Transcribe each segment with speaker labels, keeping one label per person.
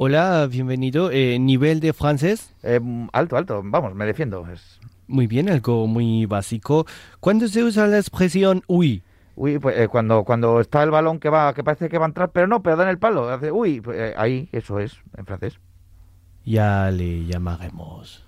Speaker 1: Hola, bienvenido. Eh, ¿Nivel de francés?
Speaker 2: Eh, alto, alto, vamos, me defiendo. Es...
Speaker 1: Muy bien, algo muy básico. ¿Cuándo se usa la expresión uy?
Speaker 2: Uy, pues eh, cuando, cuando está el balón que va, que parece que va a entrar, pero no, pero da en el palo. Hace, uy, pues, eh, ahí, eso es, en francés.
Speaker 1: Ya le llamaremos.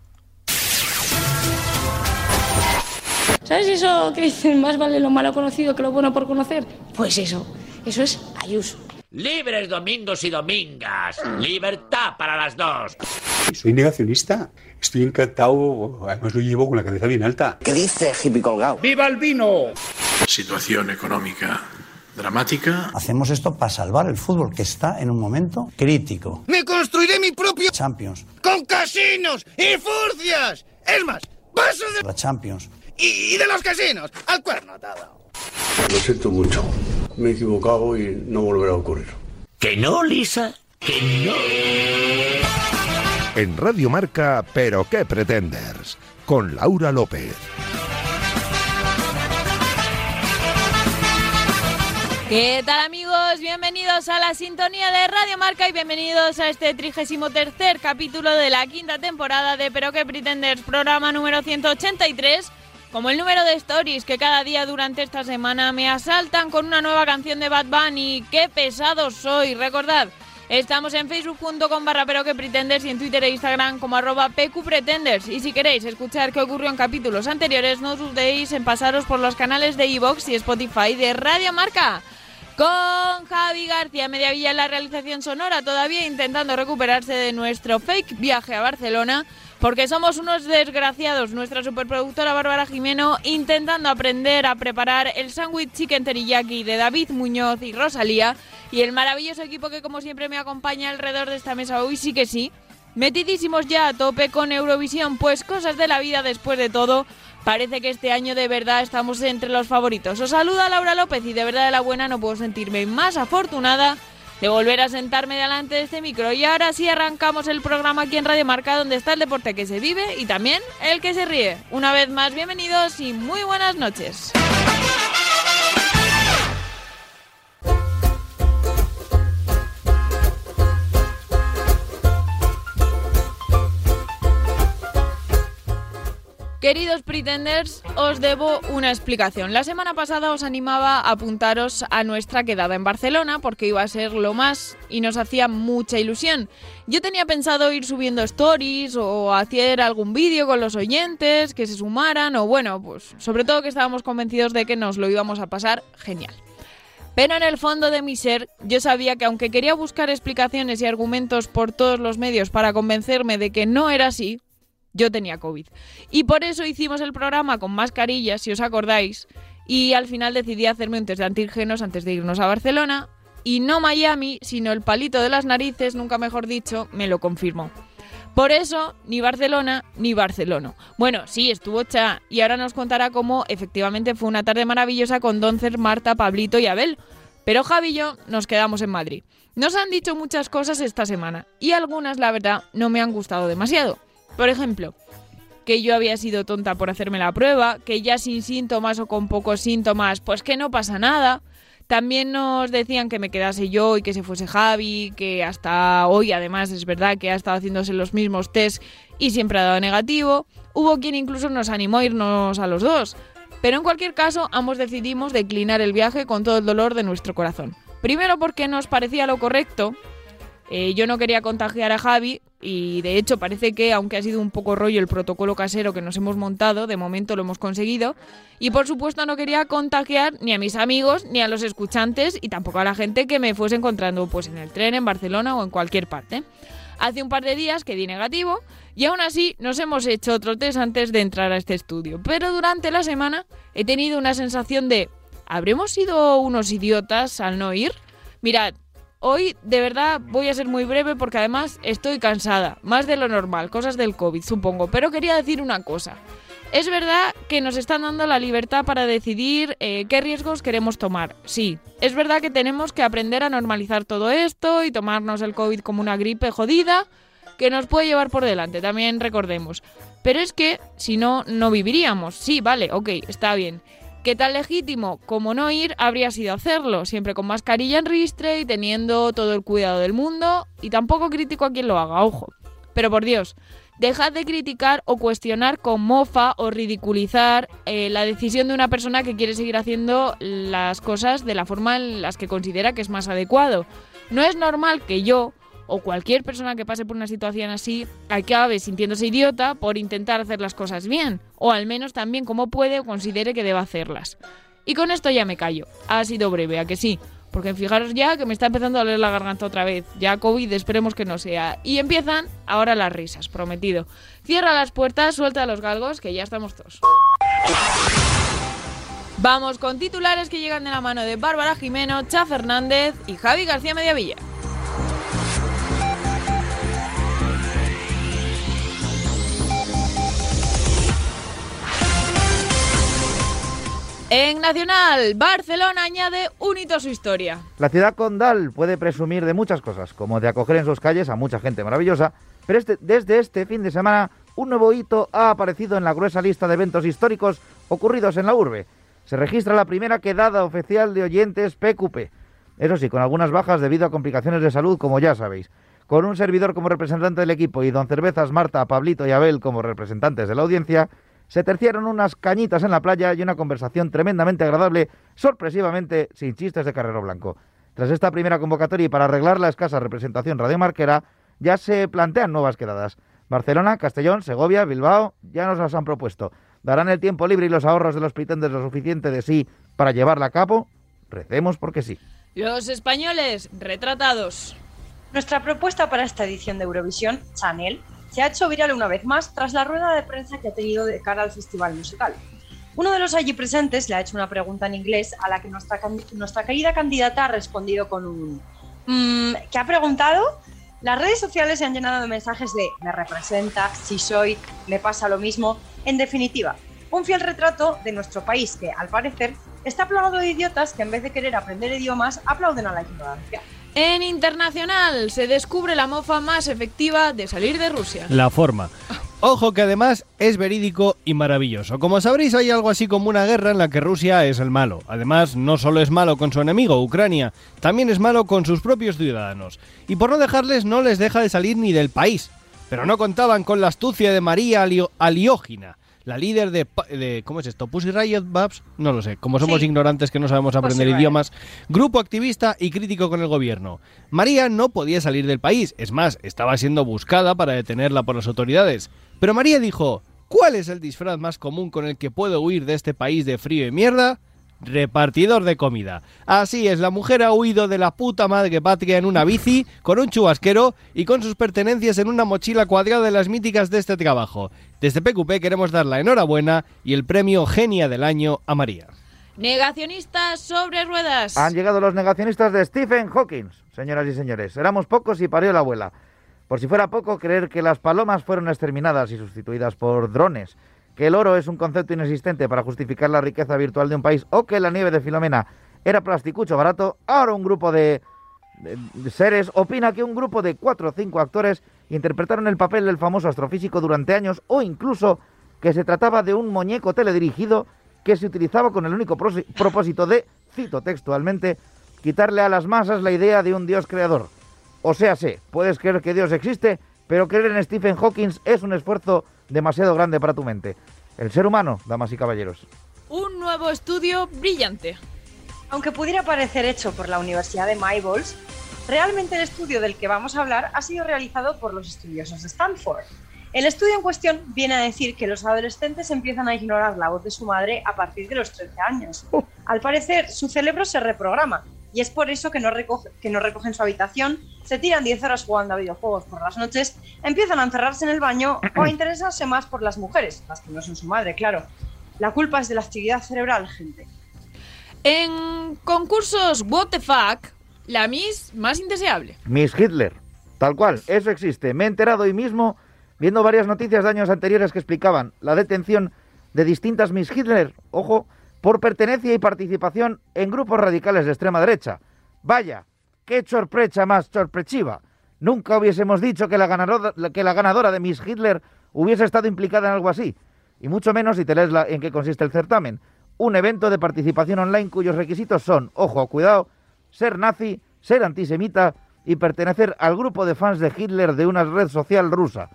Speaker 3: ¿Sabes eso que dicen más vale lo malo conocido que lo bueno por conocer? Pues eso, eso es Ayuso.
Speaker 4: Libres domingos y domingas. Libertad para las dos.
Speaker 5: Soy negacionista. Estoy encantado. Además lo llevo con la cabeza bien alta.
Speaker 6: ¿Qué dice, hippie colgado?
Speaker 4: ¡Viva el vino!
Speaker 7: Situación económica dramática.
Speaker 8: Hacemos esto para salvar el fútbol que está en un momento crítico.
Speaker 9: Me construiré mi propio
Speaker 8: Champions.
Speaker 9: Con casinos y furcias. Es más, paso de
Speaker 8: la Champions.
Speaker 9: Y, y de los casinos al cuerno todo.
Speaker 10: Lo siento mucho. Me he equivocado y no volverá a ocurrir.
Speaker 4: Que no, Lisa. Que no.
Speaker 11: En Radio Marca, pero qué pretenders. Con Laura López.
Speaker 12: ¿Qué tal amigos? Bienvenidos a la sintonía de Radio Marca y bienvenidos a este 33 capítulo de la quinta temporada de Pero qué Pretenders, programa número 183. Como el número de stories que cada día durante esta semana me asaltan con una nueva canción de Bad Bunny. ¡Qué pesado soy! Recordad, estamos en facebook.com barra pero que pretenders y en Twitter e Instagram como arroba pqpretenders. Y si queréis escuchar qué ocurrió en capítulos anteriores, no os dudéis en pasaros por los canales de iVoox y Spotify de Radio Marca con Javi García Mediavilla en la realización sonora, todavía intentando recuperarse de nuestro fake viaje a Barcelona, porque somos unos desgraciados. Nuestra superproductora Bárbara Jimeno intentando aprender a preparar el sándwich chicken teriyaki de David Muñoz y Rosalía, y el maravilloso equipo que como siempre me acompaña alrededor de esta mesa hoy, sí que sí. Metidísimos ya a tope con Eurovisión, pues cosas de la vida después de todo. Parece que este año de verdad estamos entre los favoritos. Os saluda Laura López y de verdad de la buena no puedo sentirme más afortunada de volver a sentarme delante de este micro. Y ahora sí arrancamos el programa aquí en Radio Marca donde está el deporte que se vive y también el que se ríe. Una vez más, bienvenidos y muy buenas noches. Queridos pretenders, os debo una explicación. La semana pasada os animaba a apuntaros a nuestra quedada en Barcelona porque iba a ser lo más y nos hacía mucha ilusión. Yo tenía pensado ir subiendo stories o hacer algún vídeo con los oyentes que se sumaran o bueno, pues sobre todo que estábamos convencidos de que nos lo íbamos a pasar genial. Pero en el fondo de mi ser, yo sabía que aunque quería buscar explicaciones y argumentos por todos los medios para convencerme de que no era así, yo tenía COVID. Y por eso hicimos el programa con mascarillas, si os acordáis, y al final decidí hacerme un test de antígenos antes de irnos a Barcelona, y no Miami, sino el palito de las narices, nunca mejor dicho, me lo confirmó. Por eso, ni Barcelona, ni Barcelona. Bueno, sí, estuvo Cha, y ahora nos contará cómo efectivamente fue una tarde maravillosa con Doncer, Marta, Pablito y Abel. Pero Javi y yo nos quedamos en Madrid. Nos han dicho muchas cosas esta semana, y algunas, la verdad, no me han gustado demasiado. Por ejemplo, que yo había sido tonta por hacerme la prueba, que ya sin síntomas o con pocos síntomas, pues que no pasa nada. También nos decían que me quedase yo y que se fuese Javi, que hasta hoy además es verdad que ha estado haciéndose los mismos test y siempre ha dado negativo. Hubo quien incluso nos animó a irnos a los dos. Pero en cualquier caso, ambos decidimos declinar el viaje con todo el dolor de nuestro corazón. Primero porque nos parecía lo correcto. Eh, yo no quería contagiar a Javi, y de hecho parece que, aunque ha sido un poco rollo el protocolo casero que nos hemos montado, de momento lo hemos conseguido. Y por supuesto no quería contagiar ni a mis amigos, ni a los escuchantes y tampoco a la gente que me fuese encontrando pues en el tren, en Barcelona o en cualquier parte. Hace un par de días que di negativo y aún así nos hemos hecho otro test antes de entrar a este estudio. Pero durante la semana he tenido una sensación de ¿habremos sido unos idiotas al no ir? Mirad, Hoy de verdad voy a ser muy breve porque además estoy cansada, más de lo normal, cosas del COVID supongo, pero quería decir una cosa. Es verdad que nos están dando la libertad para decidir eh, qué riesgos queremos tomar. Sí, es verdad que tenemos que aprender a normalizar todo esto y tomarnos el COVID como una gripe jodida que nos puede llevar por delante, también recordemos. Pero es que si no, no viviríamos. Sí, vale, ok, está bien. ¿Qué tan legítimo como no ir habría sido hacerlo? Siempre con mascarilla en ristre y teniendo todo el cuidado del mundo y tampoco crítico a quien lo haga, ojo. Pero por Dios, dejad de criticar o cuestionar con mofa o ridiculizar eh, la decisión de una persona que quiere seguir haciendo las cosas de la forma en las que considera que es más adecuado. No es normal que yo o cualquier persona que pase por una situación así acabe sintiéndose idiota por intentar hacer las cosas bien, o al menos también como puede o considere que deba hacerlas. Y con esto ya me callo. Ha sido breve, a que sí. Porque fijaros ya que me está empezando a doler la garganta otra vez. Ya COVID, esperemos que no sea. Y empiezan ahora las risas, prometido. Cierra las puertas, suelta a los galgos, que ya estamos todos. Vamos con titulares que llegan de la mano de Bárbara Jimeno, Cha Fernández y Javi García Mediavilla. En Nacional, Barcelona añade un hito a su historia.
Speaker 2: La ciudad condal puede presumir de muchas cosas, como de acoger en sus calles a mucha gente maravillosa, pero este- desde este fin de semana un nuevo hito ha aparecido en la gruesa lista de eventos históricos ocurridos en la urbe. Se registra la primera quedada oficial de oyentes PQP. Eso sí, con algunas bajas debido a complicaciones de salud, como ya sabéis. Con un servidor como representante del equipo y don Cervezas, Marta, Pablito y Abel como representantes de la audiencia, se terciaron unas cañitas en la playa y una conversación tremendamente agradable, sorpresivamente sin chistes de carrero blanco. Tras esta primera convocatoria y para arreglar la escasa representación radiomarquera, ya se plantean nuevas quedadas. Barcelona, Castellón, Segovia, Bilbao, ya nos las han propuesto. ¿Darán el tiempo libre y los ahorros de los pretenders lo suficiente de sí para llevarla a cabo? Recemos porque sí.
Speaker 12: Los españoles retratados.
Speaker 6: Nuestra propuesta para esta edición de Eurovisión, Chanel, se ha hecho viral una vez más tras la rueda de prensa que ha tenido de cara al festival musical. Uno de los allí presentes le ha hecho una pregunta en inglés a la que nuestra, can- nuestra querida candidata ha respondido con un mm, que ha preguntado. Las redes sociales se han llenado de mensajes de me representa, si soy, me pasa lo mismo. En definitiva, un fiel retrato de nuestro país que, al parecer, está plagado de idiotas que en vez de querer aprender idiomas aplauden a la ignorancia.
Speaker 12: En Internacional se descubre la mofa más efectiva de salir de Rusia.
Speaker 1: La forma. Ojo que además es verídico y maravilloso. Como sabréis hay algo así como una guerra en la que Rusia es el malo. Además no solo es malo con su enemigo, Ucrania, también es malo con sus propios ciudadanos. Y por no dejarles no les deja de salir ni del país. Pero no contaban con la astucia de María Alio- Aliógina. La líder de, pa- de- ¿Cómo es esto? ¿Pussy Riot Babs? No lo sé. Como somos
Speaker 13: Sí.
Speaker 1: ignorantes que no sabemos aprender
Speaker 13: Pussy Riot.
Speaker 1: idiomas, más, grupo activista y crítico con el gobierno. María no podía salir del país, es más, estaba siendo buscada para detenerla por las autoridades. Pero María dijo, ¿cuál es el disfraz más común con el que puedo huir de este país de frío y mierda? Repartidor de comida. Así es, la mujer ha huido de la puta madre patria en una bici, con un chubasquero y con sus pertenencias en una mochila cuadrada de las míticas de este trabajo. Desde PQP queremos dar la enhorabuena y el premio Genia del Año a María.
Speaker 12: Negacionistas sobre ruedas.
Speaker 2: Han llegado los negacionistas de Stephen Hawking, señoras y señores. Éramos pocos y parió la abuela. Por si fuera poco, creer que las palomas fueron exterminadas y sustituidas por drones, que el oro es un concepto inexistente para justificar la riqueza virtual de un país o que la nieve de Filomena era plasticucho barato, ahora un grupo de, de- de seres opina que un grupo de cuatro o cinco actores interpretaron el papel del famoso astrofísico durante años o incluso que se trataba de un muñeco teledirigido que se utilizaba con el único prosi- propósito de, cito textualmente, quitarle a las masas la idea de un dios creador. O sea, sé, puedes creer que Dios existe, pero creer en Stephen Hawking es un esfuerzo demasiado grande para tu mente. El ser humano, damas y caballeros.
Speaker 12: Un nuevo estudio brillante.
Speaker 6: Aunque pudiera parecer hecho por la Universidad de Maybols, realmente el estudio del que vamos a hablar ha sido realizado por los estudiosos de Stanford. El estudio en cuestión viene a decir que los adolescentes empiezan a ignorar la voz de su madre a partir de los 13 años. Al parecer, su cerebro se reprograma y es por eso que no, recoge- que no recogen su habitación, se tiran 10 horas jugando a videojuegos por las noches, empiezan a encerrarse en el baño o a interesarse más por las mujeres, las que no son su madre, claro. La culpa es de la actividad cerebral, gente.
Speaker 12: En concursos What the fuck, la Miss más indeseable.
Speaker 2: Miss Hitler. Tal cual, eso existe. Me he enterado hoy mismo viendo varias noticias de años anteriores que explicaban la detención de distintas Miss Hitler, ojo, por pertenencia y participación en grupos radicales de extrema derecha. Vaya, qué sorpresa más sorpresiva. Nunca hubiésemos dicho que la, ganadora, que la ganadora de Miss Hitler hubiese estado implicada en algo así, y mucho menos si te lees la- en qué consiste el certamen. un evento de participación online cuyos requisitos son, ojo, cuidado, ser nazi, ser antisemita y pertenecer al grupo de fans de Hitler de una red social rusa.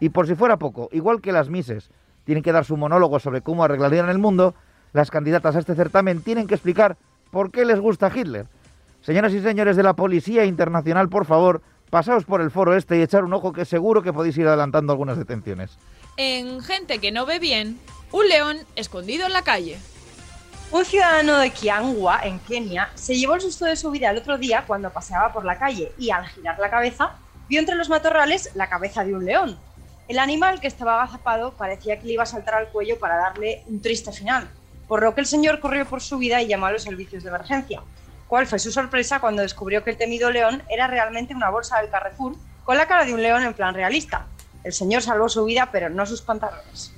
Speaker 2: Y por si fuera poco, igual que las Mises tienen que dar su monólogo sobre cómo arreglarían el mundo, las candidatas a este certamen tienen que explicar por qué les gusta Hitler. Señoras y señores de la Policía Internacional, por favor, pasaos por el foro este y echar un ojo que seguro que podéis ir adelantando algunas detenciones.
Speaker 12: En Gente que no ve bien, un león escondido en la calle.
Speaker 6: Un ciudadano de Kiangwa, en Kenia, se llevó el susto de su vida el otro día cuando paseaba por la calle y al girar la cabeza vio entre los matorrales la cabeza de un león. El animal que estaba agazapado parecía que le iba a saltar al cuello para darle un triste final, por lo que el señor corrió por su vida y llamó a los servicios de emergencia. ¿Cuál fue su sorpresa cuando descubrió que el temido león era realmente una bolsa del Carrefour con la cara de un león en plan realista? El señor salvó su vida, pero no sus pantalones.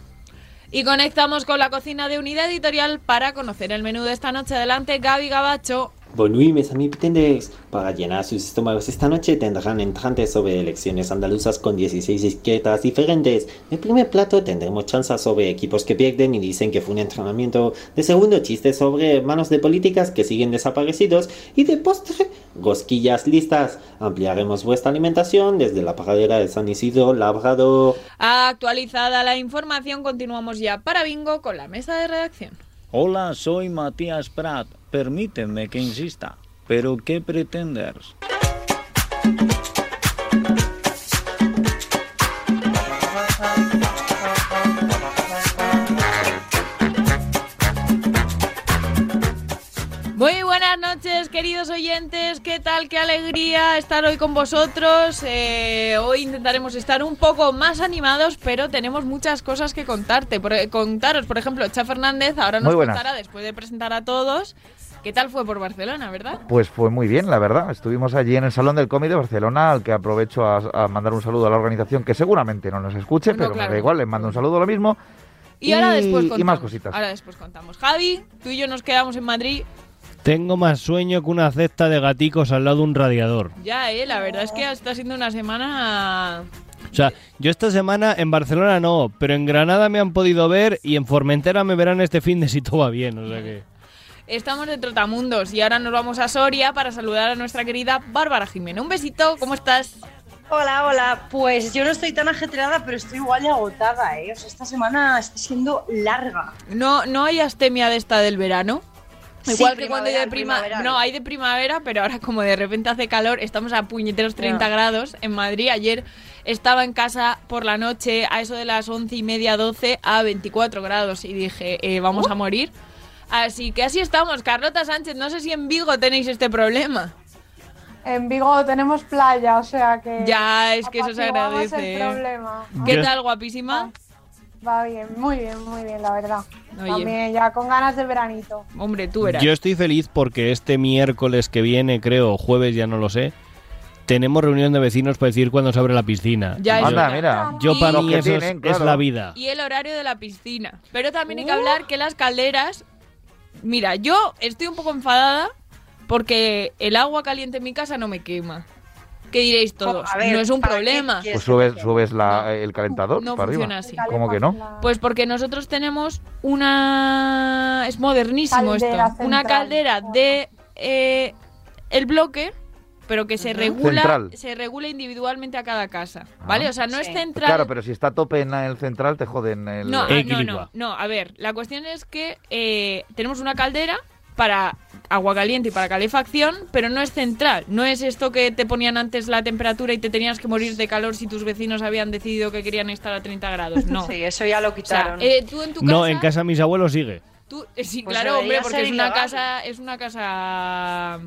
Speaker 12: Y conectamos con la cocina de Unidad Editorial para conocer el menú de esta noche. Adelante, Gaby Gabacho.
Speaker 13: Bonui, mes amiptendes. Para llenar sus estómagos esta noche tendrán entrantes sobre elecciones andaluzas con 16 etiquetas diferentes. De primer plato tendremos chanzas sobre equipos que pierden y dicen que fue un entrenamiento. De segundo, chistes sobre hermanos de políticas que siguen desaparecidos. Y de postre, rosquillas listas. Ampliaremos vuestra alimentación desde la paradera de San Isidro Labrador.
Speaker 12: Actualizada la información, continuamos ya para Bingo con la mesa de redacción.
Speaker 14: Hola, soy Matías Prat. Permíteme que insista, pero ¿qué pretendes?
Speaker 12: Muy buenas noches, queridos oyentes. ¿Qué tal? Qué alegría estar hoy con vosotros. Eh, hoy intentaremos estar un poco más animados, pero tenemos muchas cosas que contarte. Por- eh, contaros, por ejemplo, Cha Fernández ahora nos
Speaker 2: Muy buenas.
Speaker 12: contará, después de presentar a todos, qué tal fue por Barcelona, ¿verdad?
Speaker 2: Pues fue muy bien, la verdad. Estuvimos allí en el Salón del Cómic de Barcelona, al que aprovecho a, a mandar un saludo a la organización, que seguramente no nos escuche, pero me
Speaker 12: claro.
Speaker 2: da igual, les mando un saludo lo mismo.
Speaker 12: Y, ahora después
Speaker 2: y
Speaker 12: contamos.
Speaker 2: más cositas.
Speaker 12: Ahora después contamos. Javi, tú y yo nos quedamos en Madrid.
Speaker 1: Tengo más sueño que una cesta de gaticos al lado de un radiador.
Speaker 12: Ya, eh, la verdad es que está siendo una semana
Speaker 1: O sea, yo esta semana en Barcelona no, pero en Granada me han podido ver y en Formentera me verán este fin de si todo va bien. O sea que.
Speaker 12: Estamos de Trotamundos y ahora nos vamos a Soria para saludar a nuestra querida Bárbara Jimeno. Un besito, ¿cómo estás?
Speaker 6: Hola, hola. Pues yo no estoy tan ajetreada, pero estoy igual de agotada, ¿eh? O sea, esta semana está siendo larga.
Speaker 12: No, no hay astemia de esta del verano.
Speaker 6: Sí,
Speaker 12: Igual que cuando hay de
Speaker 6: primavera,
Speaker 12: primavera.
Speaker 6: primaveral.
Speaker 12: No, hay de primavera, pero ahora como de repente hace calor, estamos a puñeteros 30
Speaker 6: Ya.
Speaker 12: grados en Madrid. Ayer estaba en casa por la noche a eso de las 11 y media, 12 a 24 grados y dije, eh, vamos
Speaker 6: Uh.
Speaker 12: a morir. Así que así estamos. Carlota Sánchez, no sé si en Vigo tenéis este problema.
Speaker 15: En Vigo tenemos playa, o sea que.
Speaker 12: Ya, es que eso se
Speaker 15: apaciguamos
Speaker 12: agradece.
Speaker 15: el problema.
Speaker 12: ¿Qué tal, guapísima?
Speaker 6: Ah.
Speaker 15: Va bien, muy bien, muy bien, la verdad.
Speaker 12: Oye.
Speaker 15: También ya con ganas del veranito.
Speaker 12: Hombre, tú verás.
Speaker 1: Yo estoy feliz porque este miércoles que viene, creo, o jueves, ya no lo sé, tenemos reunión de vecinos para decir cuándo se abre la piscina.
Speaker 12: Ya es
Speaker 1: yo,
Speaker 12: Anda,
Speaker 2: mira.
Speaker 1: Yo para
Speaker 2: Los
Speaker 1: mí
Speaker 2: que
Speaker 1: eso es-
Speaker 2: tienen,
Speaker 1: es
Speaker 2: claro.
Speaker 1: la vida.
Speaker 12: Y el horario de la piscina. Pero también hay que hablar que las calderas. Mira, yo estoy un poco enfadada porque el agua caliente en mi casa no me quema. ¿Qué diréis todos?
Speaker 6: A ver,
Speaker 12: no es un
Speaker 6: ¿para qué
Speaker 12: problema.
Speaker 2: Pues subes, subes la- el calentador
Speaker 12: No
Speaker 2: para
Speaker 12: funciona
Speaker 2: arriba.
Speaker 12: así.
Speaker 2: ¿Cómo que no?
Speaker 12: Pues porque nosotros tenemos una. Es modernísimo
Speaker 15: Caldera
Speaker 12: esto. Una
Speaker 15: central.
Speaker 12: caldera de. eh, el bloque, pero que se regula,
Speaker 2: Central. Ah.
Speaker 12: se regula individualmente a cada casa. ¿Vale? O sea, no es central.
Speaker 2: Claro, pero si está a tope en el central, te joden el.
Speaker 12: No, ah, no, no, no. A ver, la cuestión es que eh, tenemos una caldera para agua caliente y para calefacción, pero no es central. No es esto que te ponían antes la temperatura y te tenías que morir de calor si tus vecinos habían decidido que querían estar a 30 grados. No.
Speaker 6: Sí, eso ya lo
Speaker 12: O sea,
Speaker 6: quitaron.
Speaker 12: eh, tú en tu casa.
Speaker 1: No, en casa de mis abuelos sigue.
Speaker 12: tú- eh, sí,
Speaker 6: Pues
Speaker 12: claro, hombre,
Speaker 6: debería
Speaker 12: porque
Speaker 6: ser
Speaker 12: es una
Speaker 6: ilegal.
Speaker 12: casa. Es una casa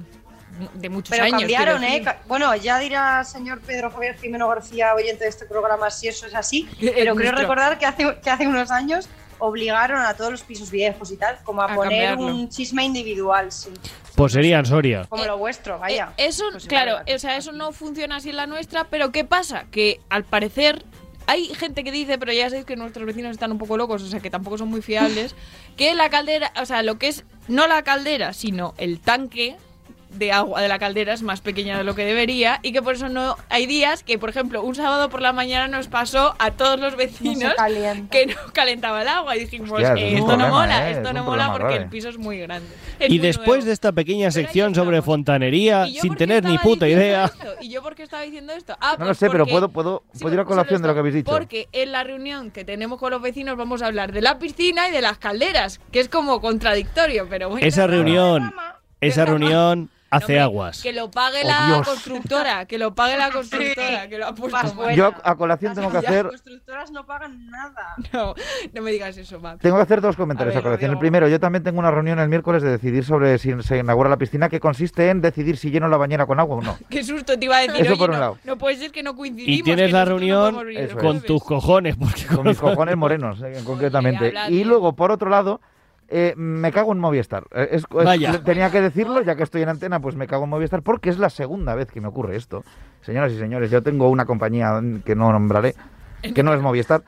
Speaker 12: de muchos
Speaker 6: Pero
Speaker 12: años.
Speaker 6: cambiaron,
Speaker 12: quiero
Speaker 6: ¿eh?
Speaker 12: decir.
Speaker 6: Ca- Bueno, ya dirá el señor Pedro Javier Jimeno García, oyente de este programa, si eso es así. Pero
Speaker 12: Eh,
Speaker 6: creo
Speaker 12: nuestro.
Speaker 6: recordar que hace, que hace unos años obligaron a todos los pisos viejos y tal, como a,
Speaker 12: A
Speaker 6: poner
Speaker 12: cambiarlo.
Speaker 6: un chisme individual, sí.
Speaker 1: Pues sería en Soria.
Speaker 6: Como lo vuestro, vaya.
Speaker 12: Eh,
Speaker 6: Pues
Speaker 12: Eso, claro, o sea, eso no funciona así en la nuestra, pero ¿qué pasa? Que al parecer hay gente que dice, pero ya sabéis que nuestros vecinos están un poco locos, o sea, que tampoco son muy fiables, que la caldera, o sea, lo que es no la caldera, sino el tanque de agua de la caldera es más pequeña de lo que debería y que por eso no hay días que, por ejemplo, un sábado por la mañana nos pasó a todos los vecinos que no calentaba el agua y dijimos,
Speaker 1: Hostia, eso es
Speaker 12: "Eh,
Speaker 1: un
Speaker 12: esto no
Speaker 1: problema,
Speaker 12: mola,
Speaker 1: eh, es
Speaker 12: esto
Speaker 1: un
Speaker 12: no mola
Speaker 1: problema
Speaker 12: porque
Speaker 1: grave".
Speaker 12: el piso es muy grande. Es
Speaker 1: Y
Speaker 12: muy
Speaker 1: después de este esta pequeña sección sobre fontanería, Ah, sin tener ni puta idea,
Speaker 12: nuevo. ¿Y yo por qué estaba diciendo esto? Ah,
Speaker 2: No lo
Speaker 12: pues
Speaker 2: sé, pero
Speaker 12: porque-
Speaker 2: puedo, puedo, puedo ir a colación de lo que habéis dicho.
Speaker 12: Porque en la reunión que tenemos con los vecinos vamos a hablar de la piscina y de las calderas, que es como contradictorio, pero bueno.
Speaker 1: esa reunión, esa reunión hace aguas.
Speaker 12: Que lo pague
Speaker 1: Oh,
Speaker 12: la
Speaker 1: Dios.
Speaker 12: constructora, que lo pague la constructora, que lo ha puesto mal.
Speaker 2: Pues Yo a- a colación tengo que
Speaker 12: Ya.
Speaker 2: hacer
Speaker 12: No, no me digas eso, Mac.
Speaker 2: Tengo que hacer dos comentarios
Speaker 12: A
Speaker 2: a,
Speaker 12: ver,
Speaker 2: colación. El primero, yo también tengo una reunión el miércoles de decidir sobre si se inaugura la piscina, que consiste en decidir si lleno la bañera con agua o no.
Speaker 12: Qué susto te iba a decir.
Speaker 2: Eso
Speaker 12: oye,
Speaker 2: por un
Speaker 12: no,
Speaker 2: lado.
Speaker 12: no puede ser que no coincidimos.
Speaker 1: Y tienes
Speaker 12: que
Speaker 1: la
Speaker 12: nosotros no
Speaker 1: reunión
Speaker 12: podemos venir.
Speaker 2: Eso es.
Speaker 1: con tus cojones, porque
Speaker 2: Con mis cojones morenos, eh, concretamente.
Speaker 12: habla,
Speaker 2: Y
Speaker 12: tío.
Speaker 2: luego, por otro lado, eh, me cago en Movistar. Eh, es- es-
Speaker 1: Vaya.
Speaker 2: tenía que decirlo, ya que estoy en antena, pues me cago en Movistar, porque es la segunda vez que me ocurre esto. Señoras y señores, yo tengo una compañía que no nombraré, que no es Movistar.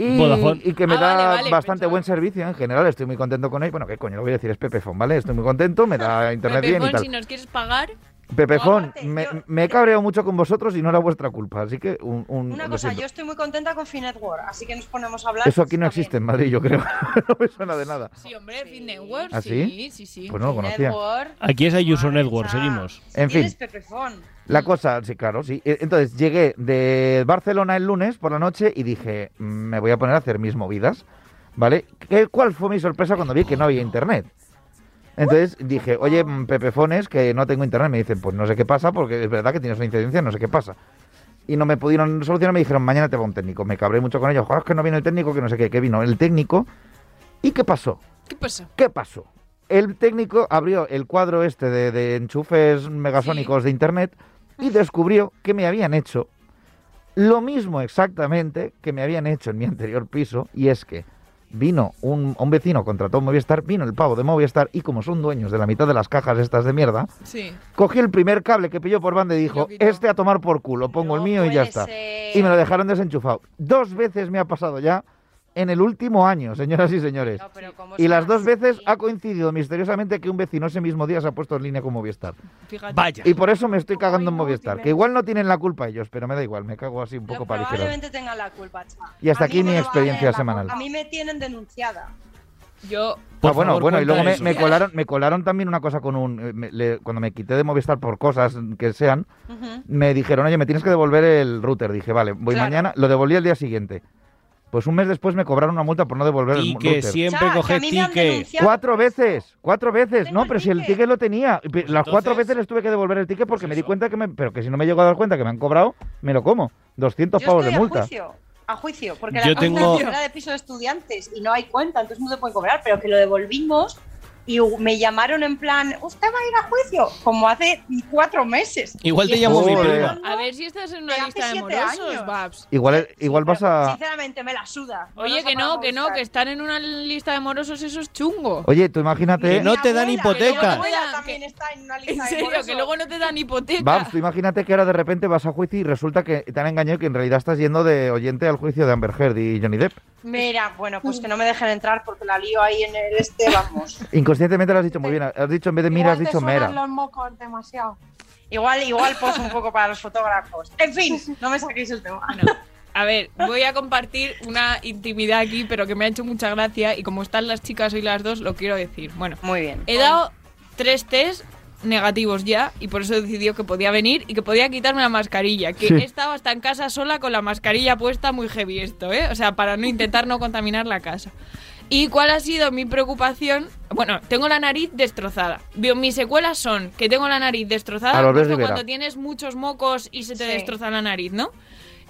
Speaker 2: Y,
Speaker 1: Vodafone.
Speaker 2: y que me
Speaker 1: Ah,
Speaker 2: da
Speaker 1: vale, vale,
Speaker 2: bastante buen servicio en general, estoy muy contento con él. Bueno, qué coño, lo voy a decir, es Pepefon, ¿vale? Estoy muy contento, me da internet bien y
Speaker 12: Pepefón,
Speaker 2: tal.
Speaker 12: si nos quieres pagar,
Speaker 2: Pepefon, me, me he cabreado mucho con vosotros y no era vuestra culpa, así que un... un-
Speaker 6: Una
Speaker 2: lo
Speaker 6: cosa,
Speaker 2: siento.
Speaker 6: yo estoy muy contenta con Finetwork, así que nos ponemos a hablar.
Speaker 2: Eso aquí no existe en Madrid, yo creo. no me suena de nada.
Speaker 12: sí, hombre, fin de World,
Speaker 2: ¿Ah, sí?
Speaker 12: sí, sí, sí.
Speaker 2: Pues no lo conocía.
Speaker 12: Network.
Speaker 1: Aquí es Ayuso Network, seguimos.
Speaker 2: En fin,
Speaker 6: Pepefón.
Speaker 2: la cosa, sí, claro, sí. Eh, Entonces llegué de Barcelona el lunes por la noche y dije, "Mm, me voy a poner a hacer mis movidas, ¿vale? ¿Qué- ¿Cuál fue mi sorpresa cuando vi que no había internet? Entonces dije, oye, mm, Pepefones, que no tengo internet. Me dicen, pues no sé qué pasa, porque es verdad que tienes una incidencia, no sé qué pasa. Y no me pudieron solucionar, me dijeron, mañana te va un técnico. Me cabré mucho con ellos, "Joder, es que no vino el técnico, que no sé qué, que vino el técnico. ¿Y qué pasó?
Speaker 12: ¿Qué pasó?
Speaker 2: ¿Qué pasó? El técnico abrió el cuadro este de, de enchufes megasónicos de internet y descubrió que me habían hecho lo mismo exactamente que me habían hecho en mi anterior piso y es que vino un, un vecino, contrató un Movistar, vino el pavo de Movistar y como son dueños de la mitad de las cajas estas de mierda,
Speaker 12: Sí.
Speaker 2: cogió el primer cable que pilló por banda y dijo, este a tomar por culo, pongo el mío y ya está. Y me lo dejaron desenchufado. Dos veces me ha pasado ya en el último año, señoras y señores.
Speaker 6: Pues
Speaker 2: y las dos veces ha coincidido misteriosamente que un vecino ese mismo día se ha puesto en línea con Movistar.
Speaker 12: Fíjate.
Speaker 2: Y ah, por eso me estoy cagando en Movistar, que igual no tienen la culpa ellos, pero me da igual, me cago así un poco para
Speaker 6: Probablemente tenga la culpa, cha.
Speaker 2: Y
Speaker 6: A
Speaker 2: hasta
Speaker 6: mí
Speaker 2: aquí
Speaker 6: no
Speaker 2: mi
Speaker 6: me
Speaker 2: experiencia
Speaker 6: vale la
Speaker 2: semanal.
Speaker 6: culpa. A mí me tienen denunciada.
Speaker 12: Yo.
Speaker 2: Ah, bueno,
Speaker 1: favor,
Speaker 2: bueno, y luego
Speaker 1: cuenta
Speaker 2: me,
Speaker 1: eso.
Speaker 2: me colaron, me colaron también una cosa con un... eh, me- le- cuando me quité de Movistar por cosas que sean, me dijeron, oye, me tienes que devolver el router. Dije, vale, voy
Speaker 1: Claro.
Speaker 2: mañana, lo devolví el día siguiente. Pues un mes después me cobraron una multa por no devolver el
Speaker 1: Tique,
Speaker 2: router.
Speaker 1: siempre Cha, que coge a mí me han tique. denunciado
Speaker 2: Cuatro veces, cuatro veces. No, pero si el ticket lo tenía. Pe- Las cuatro veces les tuve que devolver el ticket porque me di cuenta que me... Pero que si no me llego a dar cuenta que me han cobrado, me lo como. 200
Speaker 6: Yo
Speaker 2: pavos
Speaker 6: estoy
Speaker 2: de multa.
Speaker 6: a juicio, a juicio, porque
Speaker 2: Yo
Speaker 6: la tengo...
Speaker 2: tengo-
Speaker 6: era de piso de estudiantes y no hay cuenta, entonces no te pueden cobrar, pero que lo devolvimos y u- me llamaron en plan, usted va a ir a juicio, como hace cuatro meses.
Speaker 1: Igual
Speaker 6: Y
Speaker 1: te llamo mi
Speaker 2: Joder.
Speaker 1: prima.
Speaker 12: A ver si estás en una lista de
Speaker 6: siete
Speaker 12: morosos,
Speaker 6: años.
Speaker 12: Babs.
Speaker 2: Igual, eh, igual vas a...
Speaker 6: Sinceramente me la suda. Me
Speaker 12: Oye,
Speaker 6: los
Speaker 12: que no,
Speaker 6: apagamos.
Speaker 12: que no, que están en una lista de morosos, eso es chungo.
Speaker 2: Oye, tú imagínate...
Speaker 1: Que no te dan
Speaker 12: Que
Speaker 1: hipoteca.
Speaker 12: luego te dan- que- En serio, que luego no te dan hipoteca.
Speaker 2: Vamos, tú imagínate que ahora de repente vas a juicio y resulta que te han engañado y que en realidad estás yendo de oyente al juicio de Amber Heard y Johnny Depp.
Speaker 6: Mira, bueno, pues que no me dejen entrar porque la lío ahí en el este, vamos.
Speaker 2: Inconscientemente lo has dicho muy bien. Has dicho en vez de mira, has
Speaker 6: te
Speaker 2: dicho
Speaker 6: suenan
Speaker 2: mera.
Speaker 6: los mocos demasiado. Igual, igual poso un poco para los fotógrafos. En fin, no me saquéis el tema.
Speaker 12: A ver, voy a compartir una intimidad aquí, pero que me ha hecho mucha gracia y como están las chicas hoy las dos, lo quiero decir. Bueno,
Speaker 6: muy bien.
Speaker 12: He dado tres test negativos ya y por eso decidió que podía venir y que podía quitarme la mascarilla. Que
Speaker 16: Sí.
Speaker 12: he estado hasta en casa sola con la mascarilla puesta, muy heavy esto, ¿eh? O sea, para no intentar no contaminar la casa. ¿Y cuál ha sido mi preocupación? Bueno, tengo la nariz destrozada. Veo, mis secuelas son que tengo la nariz destrozada
Speaker 2: A los Bes
Speaker 12: justo
Speaker 2: Rivera.
Speaker 12: cuando tienes muchos mocos y se te destroza la nariz, ¿no?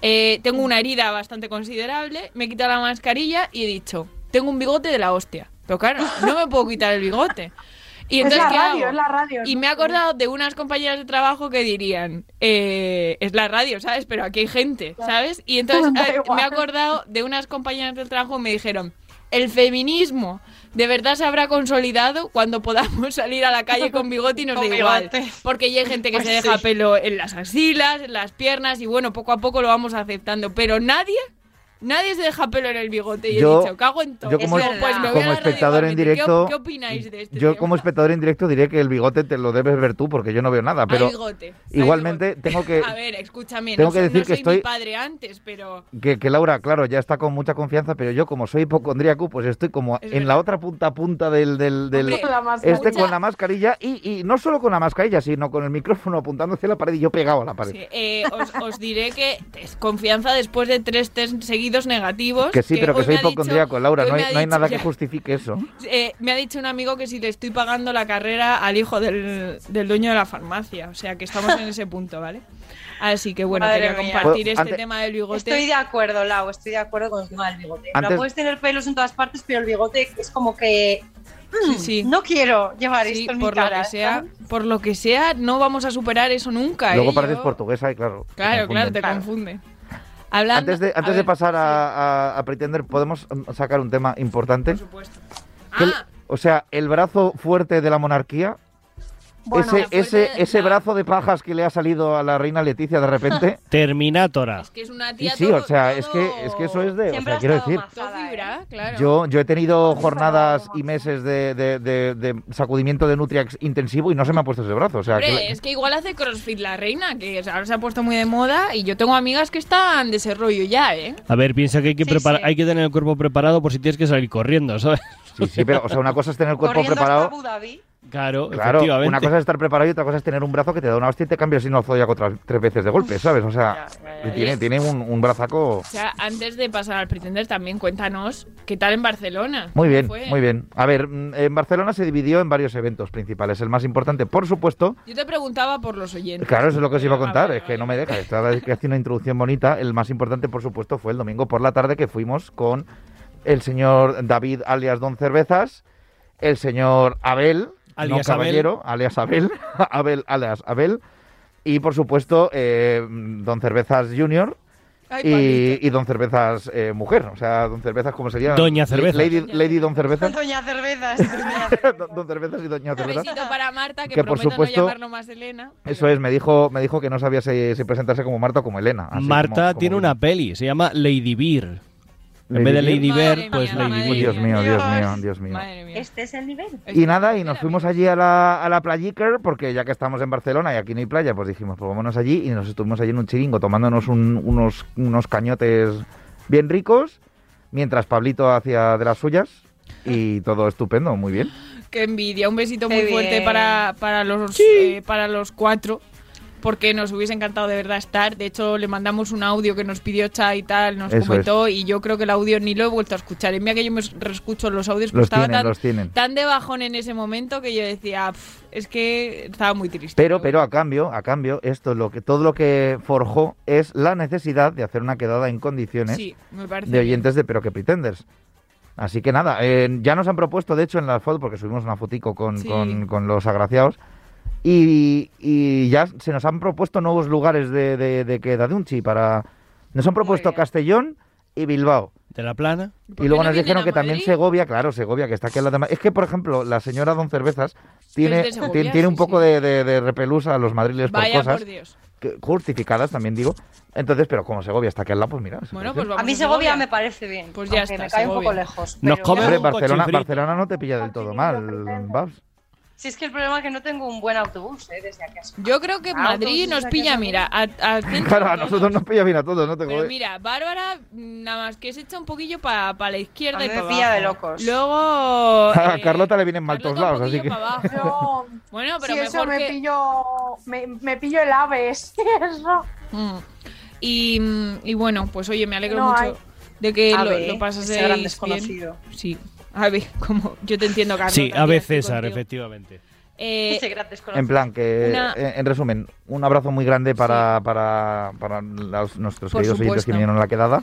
Speaker 12: Eh, tengo una herida bastante considerable, me he quitado la mascarilla y he dicho, tengo un bigote de la hostia. Pero claro, no me puedo quitar el bigote. Y
Speaker 15: Es
Speaker 12: entonces,
Speaker 15: la
Speaker 12: ¿qué
Speaker 15: radio,
Speaker 12: hago?
Speaker 15: es la radio,
Speaker 12: Y
Speaker 15: ¿no?
Speaker 12: me he acordado de unas compañeras de trabajo que dirían, eh, es la radio, ¿sabes? Pero aquí hay gente, ¿sabes? Y entonces
Speaker 15: Da
Speaker 12: eh, me
Speaker 15: igual.
Speaker 12: he acordado de unas compañeras del trabajo que me dijeron, el feminismo de verdad se habrá consolidado cuando podamos salir a la calle con bigote y nos
Speaker 16: Con
Speaker 12: da igual.
Speaker 16: bigote.
Speaker 12: Porque ya hay gente que
Speaker 16: Pues
Speaker 12: se deja
Speaker 16: sí.
Speaker 12: pelo en las axilas, en las piernas y bueno, poco a poco lo vamos aceptando. Pero nadie Nadie se deja pelo en el bigote. Y
Speaker 2: Yo-
Speaker 12: he dicho, cago en todo.
Speaker 2: yo como-
Speaker 12: Es verdad. pues me voy a
Speaker 2: como
Speaker 12: la radio
Speaker 2: espectador en
Speaker 12: igualmente. ¿Qué-
Speaker 2: directo-
Speaker 12: ¿Qué, opináis de este?
Speaker 2: Yo como espectador en directo diré que el bigote te lo debes ver tú porque yo no veo
Speaker 6: Ah,
Speaker 2: nada, pero
Speaker 12: Hay bigote, hay
Speaker 2: igualmente tengo que
Speaker 12: A ver, escúchame.
Speaker 2: tengo
Speaker 12: no,
Speaker 2: que
Speaker 12: so-
Speaker 2: decir que
Speaker 12: no soy mi
Speaker 2: estoy-
Speaker 12: padre antes, pero.
Speaker 2: que, que Laura, claro, ya está con mucha confianza, pero yo como soy hipocondríaco, pues estoy como en la otra punta a punta del... del, del-
Speaker 12: Hombre, con la máscara.
Speaker 2: este con
Speaker 12: Mucha-
Speaker 2: la mascarilla y, y no solo con la mascarilla, sino con el micrófono apuntando hacia la pared y yo pegado a la pared.
Speaker 12: Sí, eh, os, os diré que es confianza después de tres test seguidos negativos.
Speaker 2: Que sí, pero que
Speaker 12: hoy
Speaker 2: soy
Speaker 12: me ha dicho-
Speaker 2: hipocondríaco, Laura,
Speaker 12: que hoy
Speaker 2: no hay,
Speaker 12: me ha
Speaker 2: no hay
Speaker 12: dicho-
Speaker 2: nada
Speaker 12: ya.
Speaker 2: que justifique eso.
Speaker 12: Eh, me ha dicho un amigo que si le estoy pagando la carrera al hijo del, del dueño de la farmacia. O sea, que estamos en ese punto, ¿vale? Así que bueno,
Speaker 6: Madre
Speaker 12: quería
Speaker 6: mía.
Speaker 12: compartir
Speaker 2: Pues,
Speaker 12: este
Speaker 2: ante-
Speaker 12: tema del bigote.
Speaker 6: Estoy de acuerdo, Lau, estoy de acuerdo con el tema del bigote. No
Speaker 2: Antes-
Speaker 6: puedes tener pelos en todas partes, pero el bigote es como que. mm, No quiero llevar
Speaker 12: Sí,
Speaker 6: esto en
Speaker 12: por
Speaker 6: mi cara.
Speaker 12: lo que sea, por lo que sea, no vamos a superar eso nunca.
Speaker 2: Luego
Speaker 12: ¿eh?
Speaker 2: pareces
Speaker 12: Yo-
Speaker 2: portuguesa y claro. te
Speaker 12: Claro, claro,
Speaker 2: confunden.
Speaker 12: te confunde. Hablando,
Speaker 2: Antes de,
Speaker 12: a
Speaker 2: antes de
Speaker 12: ver,
Speaker 2: pasar a, a- a Pretender, ¿podemos mm, sacar un tema importante? Que
Speaker 12: Ah,
Speaker 2: el- O sea, el brazo fuerte de la monarquía.
Speaker 1: Bueno,
Speaker 2: ese
Speaker 1: la fuerte
Speaker 2: ese,
Speaker 1: de-
Speaker 2: ese brazo de pajas que le ha salido a la reina Leticia de repente.
Speaker 1: Terminátora.
Speaker 12: que es una
Speaker 2: Sí,
Speaker 12: tía
Speaker 2: sí, o sea, es que, es que eso es de. O sea, quiero decir,
Speaker 12: todo fibra, claro.
Speaker 2: yo, yo he tenido jornadas y meses de, de- de- de sacudimiento de Nutriax intensivo y no se me ha puesto ese brazo. O sea,
Speaker 12: Hombre,
Speaker 2: que la-
Speaker 12: es que igual hace CrossFit la reina, que ahora se ha puesto muy de moda y yo tengo amigas que están de ese rollo ya, ¿eh?
Speaker 1: A ver, piensa que hay que,
Speaker 12: Sí,
Speaker 1: prepara-
Speaker 12: sí.
Speaker 1: hay que tener el cuerpo preparado por si tienes que salir corriendo, ¿sabes?
Speaker 2: Sí, sí, pero o sea, una cosa es tener el cuerpo
Speaker 6: Corriendo hasta
Speaker 2: preparado.
Speaker 6: Abu Dhabi.
Speaker 1: Claro,
Speaker 2: Claro,
Speaker 1: efectivamente.
Speaker 2: una cosa es estar preparado y otra cosa es tener un brazo que te da una hostia y te cambia el signo zodiaco otras tres veces de golpe, ¿sabes? O sea, que tiene, tiene un, un brazaco.
Speaker 12: O sea, antes de pasar al Pretender también cuéntanos qué tal en Barcelona.
Speaker 2: Muy bien,
Speaker 12: ¿Cómo fue?
Speaker 2: muy bien. A ver, mm, en Barcelona se dividió en varios eventos principales. El más importante, por supuesto,
Speaker 12: Yo te preguntaba por los oyentes.
Speaker 2: Claro, eso es lo que os iba a contar, es que no me deja. Estaba haciendo una introducción bonita. El más importante, por supuesto, fue el domingo por la tarde que fuimos con el señor David, alias Don Cervezas, el señor Abel,
Speaker 1: Alias
Speaker 2: no
Speaker 1: Abel.
Speaker 2: caballero, alias Abel, Abel, alias Abel, y por supuesto, eh, Don Cervezas Junior.
Speaker 12: Ay,
Speaker 2: Y, y Don Cervezas eh, mujer, o sea, Don Cervezas, ¿cómo sería?
Speaker 1: Doña Cervezas.
Speaker 2: Lady, Lady Don Cervezas.
Speaker 6: Doña Cervezas.
Speaker 2: Don- Don Cervezas y Doña
Speaker 12: Un
Speaker 2: Cervezas.
Speaker 12: besito para Marta, que,
Speaker 2: Que, por
Speaker 12: prometo
Speaker 2: supuesto,
Speaker 12: no llamarlo más Elena.
Speaker 2: Eso es, me dijo, me dijo que no sabía si, si presentarse como Marta o como Elena. así
Speaker 1: Marta
Speaker 2: como- como
Speaker 1: tiene
Speaker 2: bien.
Speaker 1: una peli, se llama Lady Beer.
Speaker 2: Lady
Speaker 1: en vez de
Speaker 2: Beer.
Speaker 1: Lady
Speaker 2: Madre
Speaker 1: Bear, pues
Speaker 2: mía,
Speaker 1: Lady
Speaker 2: madre
Speaker 1: Beer.
Speaker 2: Dios mío, Dios mío, Dios mío.
Speaker 6: Este es el nivel.
Speaker 2: Y nada, y nos fuimos allí a la, a la playiker, porque ya que estamos en Barcelona y aquí no hay playa, pues dijimos, pues vámonos allí y nos estuvimos allí en un chiringo tomándonos un- unos, unos cañotes bien ricos, mientras Pablito hacía de las suyas y todo estupendo, muy bien.
Speaker 12: Qué envidia. Un besito
Speaker 6: Qué
Speaker 12: muy fuerte
Speaker 6: bien.
Speaker 12: para, para, los, eh, para los cuatro. Porque nos hubiese encantado de verdad estar. De hecho, le mandamos un audio que nos pidió Cha y tal, nos
Speaker 2: Eso
Speaker 12: comentó. Y yo creo que el audio ni lo he vuelto a escuchar. Y mira que yo me reescucho los audios, pero
Speaker 2: Los
Speaker 12: estaba
Speaker 2: tienen,
Speaker 12: tan,
Speaker 2: los tienen.
Speaker 12: tan de bajón en ese momento que yo decía, "Pf, es que estaba muy triste.
Speaker 2: Pero, pero a cambio, a cambio, esto lo que todo lo que forjó es la necesidad de hacer una quedada en condiciones
Speaker 12: Sí, me parece.
Speaker 2: de
Speaker 12: bien.
Speaker 2: oyentes de Pero que Pretenders. Así que nada, eh, ya nos han propuesto, de hecho, en la foto, porque subimos una fotico con,
Speaker 12: Sí.
Speaker 2: con- con los agraciados, y, y ya se nos han propuesto nuevos lugares de, de, de Quedadunchi para... Nos han propuesto Castellón y Bilbao.
Speaker 1: De la plana.
Speaker 2: Y luego nos dijeron que también Segovia, claro, Segovia, que está aquí al lado de Ma- Es que, por ejemplo, la señora Don Cervezas tiene,
Speaker 12: de Segovia,
Speaker 2: tiene, tiene un
Speaker 12: sí,
Speaker 2: poco de, de- de repelusa a los madriles
Speaker 12: Vaya
Speaker 2: por cosas
Speaker 12: por Dios.
Speaker 2: que- justificadas, también digo. Entonces, pero como Segovia está aquí al lado, pues mira. se puede
Speaker 12: Bueno, pues
Speaker 2: hacer.
Speaker 12: vamos
Speaker 6: a mí Segovia me parece bien.
Speaker 12: Pues ya
Speaker 6: aunque
Speaker 12: está,
Speaker 6: Me cae un poco
Speaker 12: Segovia.
Speaker 6: lejos.
Speaker 1: Nos
Speaker 6: pero-
Speaker 1: come
Speaker 2: Hombre,
Speaker 1: un
Speaker 2: Barcelona,
Speaker 1: cochifrito.
Speaker 2: Barcelona no te pilla del todo mal, Babs.
Speaker 6: Si es que el problema es que no tengo un buen autobús, ¿eh? Desde aquí a Segovia.
Speaker 12: Yo creo que
Speaker 6: Ah,
Speaker 12: Madrid
Speaker 6: entonces
Speaker 12: nos
Speaker 6: aquí
Speaker 12: pilla,
Speaker 6: hacemos-
Speaker 12: mira, a, a centro
Speaker 2: Claro, a
Speaker 12: todo.
Speaker 2: nosotros nos pilla bien a todos, no te
Speaker 12: Pero
Speaker 2: jode.
Speaker 12: mira, Bárbara mm, nada más que se echa un poquillo para la izquierda
Speaker 6: A
Speaker 12: y
Speaker 6: mí
Speaker 12: para
Speaker 6: me pilla de locos.
Speaker 12: Luego...
Speaker 2: A
Speaker 12: eh,
Speaker 2: Carlota le vienen mal todos lados, así que.
Speaker 12: para abajo. bueno, pero
Speaker 15: si eso
Speaker 12: mejor
Speaker 15: me
Speaker 12: que...
Speaker 15: pillo me, me pillo el ave, si eso.
Speaker 12: Mm. Y, mm, y bueno, pues oye, me alegro
Speaker 15: No
Speaker 12: mucho
Speaker 15: hay.
Speaker 12: de que
Speaker 6: A
Speaker 12: lo,
Speaker 6: ver,
Speaker 12: lo pasaseis
Speaker 6: ese gran
Speaker 12: bien.
Speaker 6: desconocido.
Speaker 12: Sí, a ver, como yo te entiendo, Carlos.
Speaker 1: Sí, a ver, César, efectivamente.
Speaker 12: Eh,
Speaker 6: Ese gran desconocido.
Speaker 2: En plan, que
Speaker 12: Una-
Speaker 2: en, en resumen, un abrazo muy grande para, para, para las- nuestros
Speaker 12: Por
Speaker 2: queridos oyentes
Speaker 12: supuesto.
Speaker 2: que vinieron a la quedada.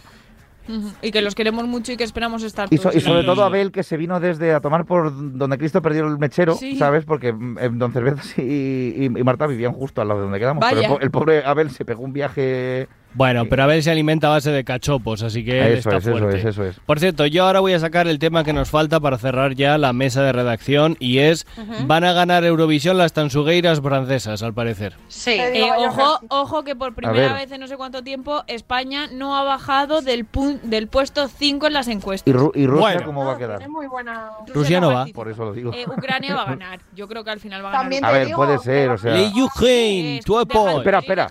Speaker 12: Ujú, Y que los queremos mucho y que esperamos estar
Speaker 2: Y, so-
Speaker 12: todos
Speaker 2: y sobre
Speaker 12: ahí.
Speaker 2: todo Abel, que se vino desde a tomar por donde Cristo perdió el mechero,
Speaker 12: Sí.
Speaker 2: ¿sabes? Porque mm, eh, Don Cervezas y, y- y Marta vivían justo al lado de donde quedamos. Pero el,
Speaker 12: Vaya.
Speaker 2: po- el pobre Abel se pegó un viaje
Speaker 1: Bueno, pero a ver se alimenta a base de cachopos, así que él
Speaker 2: Eso
Speaker 1: está
Speaker 2: es, eso
Speaker 1: fuerte.
Speaker 2: es, eso es.
Speaker 1: Por cierto, yo ahora voy a sacar el tema que nos falta para cerrar ya la mesa de redacción y es van a ganar Eurovisión las tansugueiras francesas, al parecer.
Speaker 6: Sí.
Speaker 12: Eh, ojo, ojo que por
Speaker 1: ver.
Speaker 12: primera vez en no sé cuánto tiempo España no ha bajado del, pu- del puesto 5 en las encuestas.
Speaker 2: ¿Y, Ru- y Rusia
Speaker 1: Bueno.
Speaker 2: cómo va a quedar?
Speaker 15: Muy buena.
Speaker 1: Rusia no va.
Speaker 2: Por eso lo digo.
Speaker 12: Ah, Eh, Ucrania va a ganar. Yo creo que al final va a ganar.
Speaker 2: A ver, puede ser, o sea.
Speaker 1: Le Ukraine, tu apoyo.
Speaker 2: Espera, espera.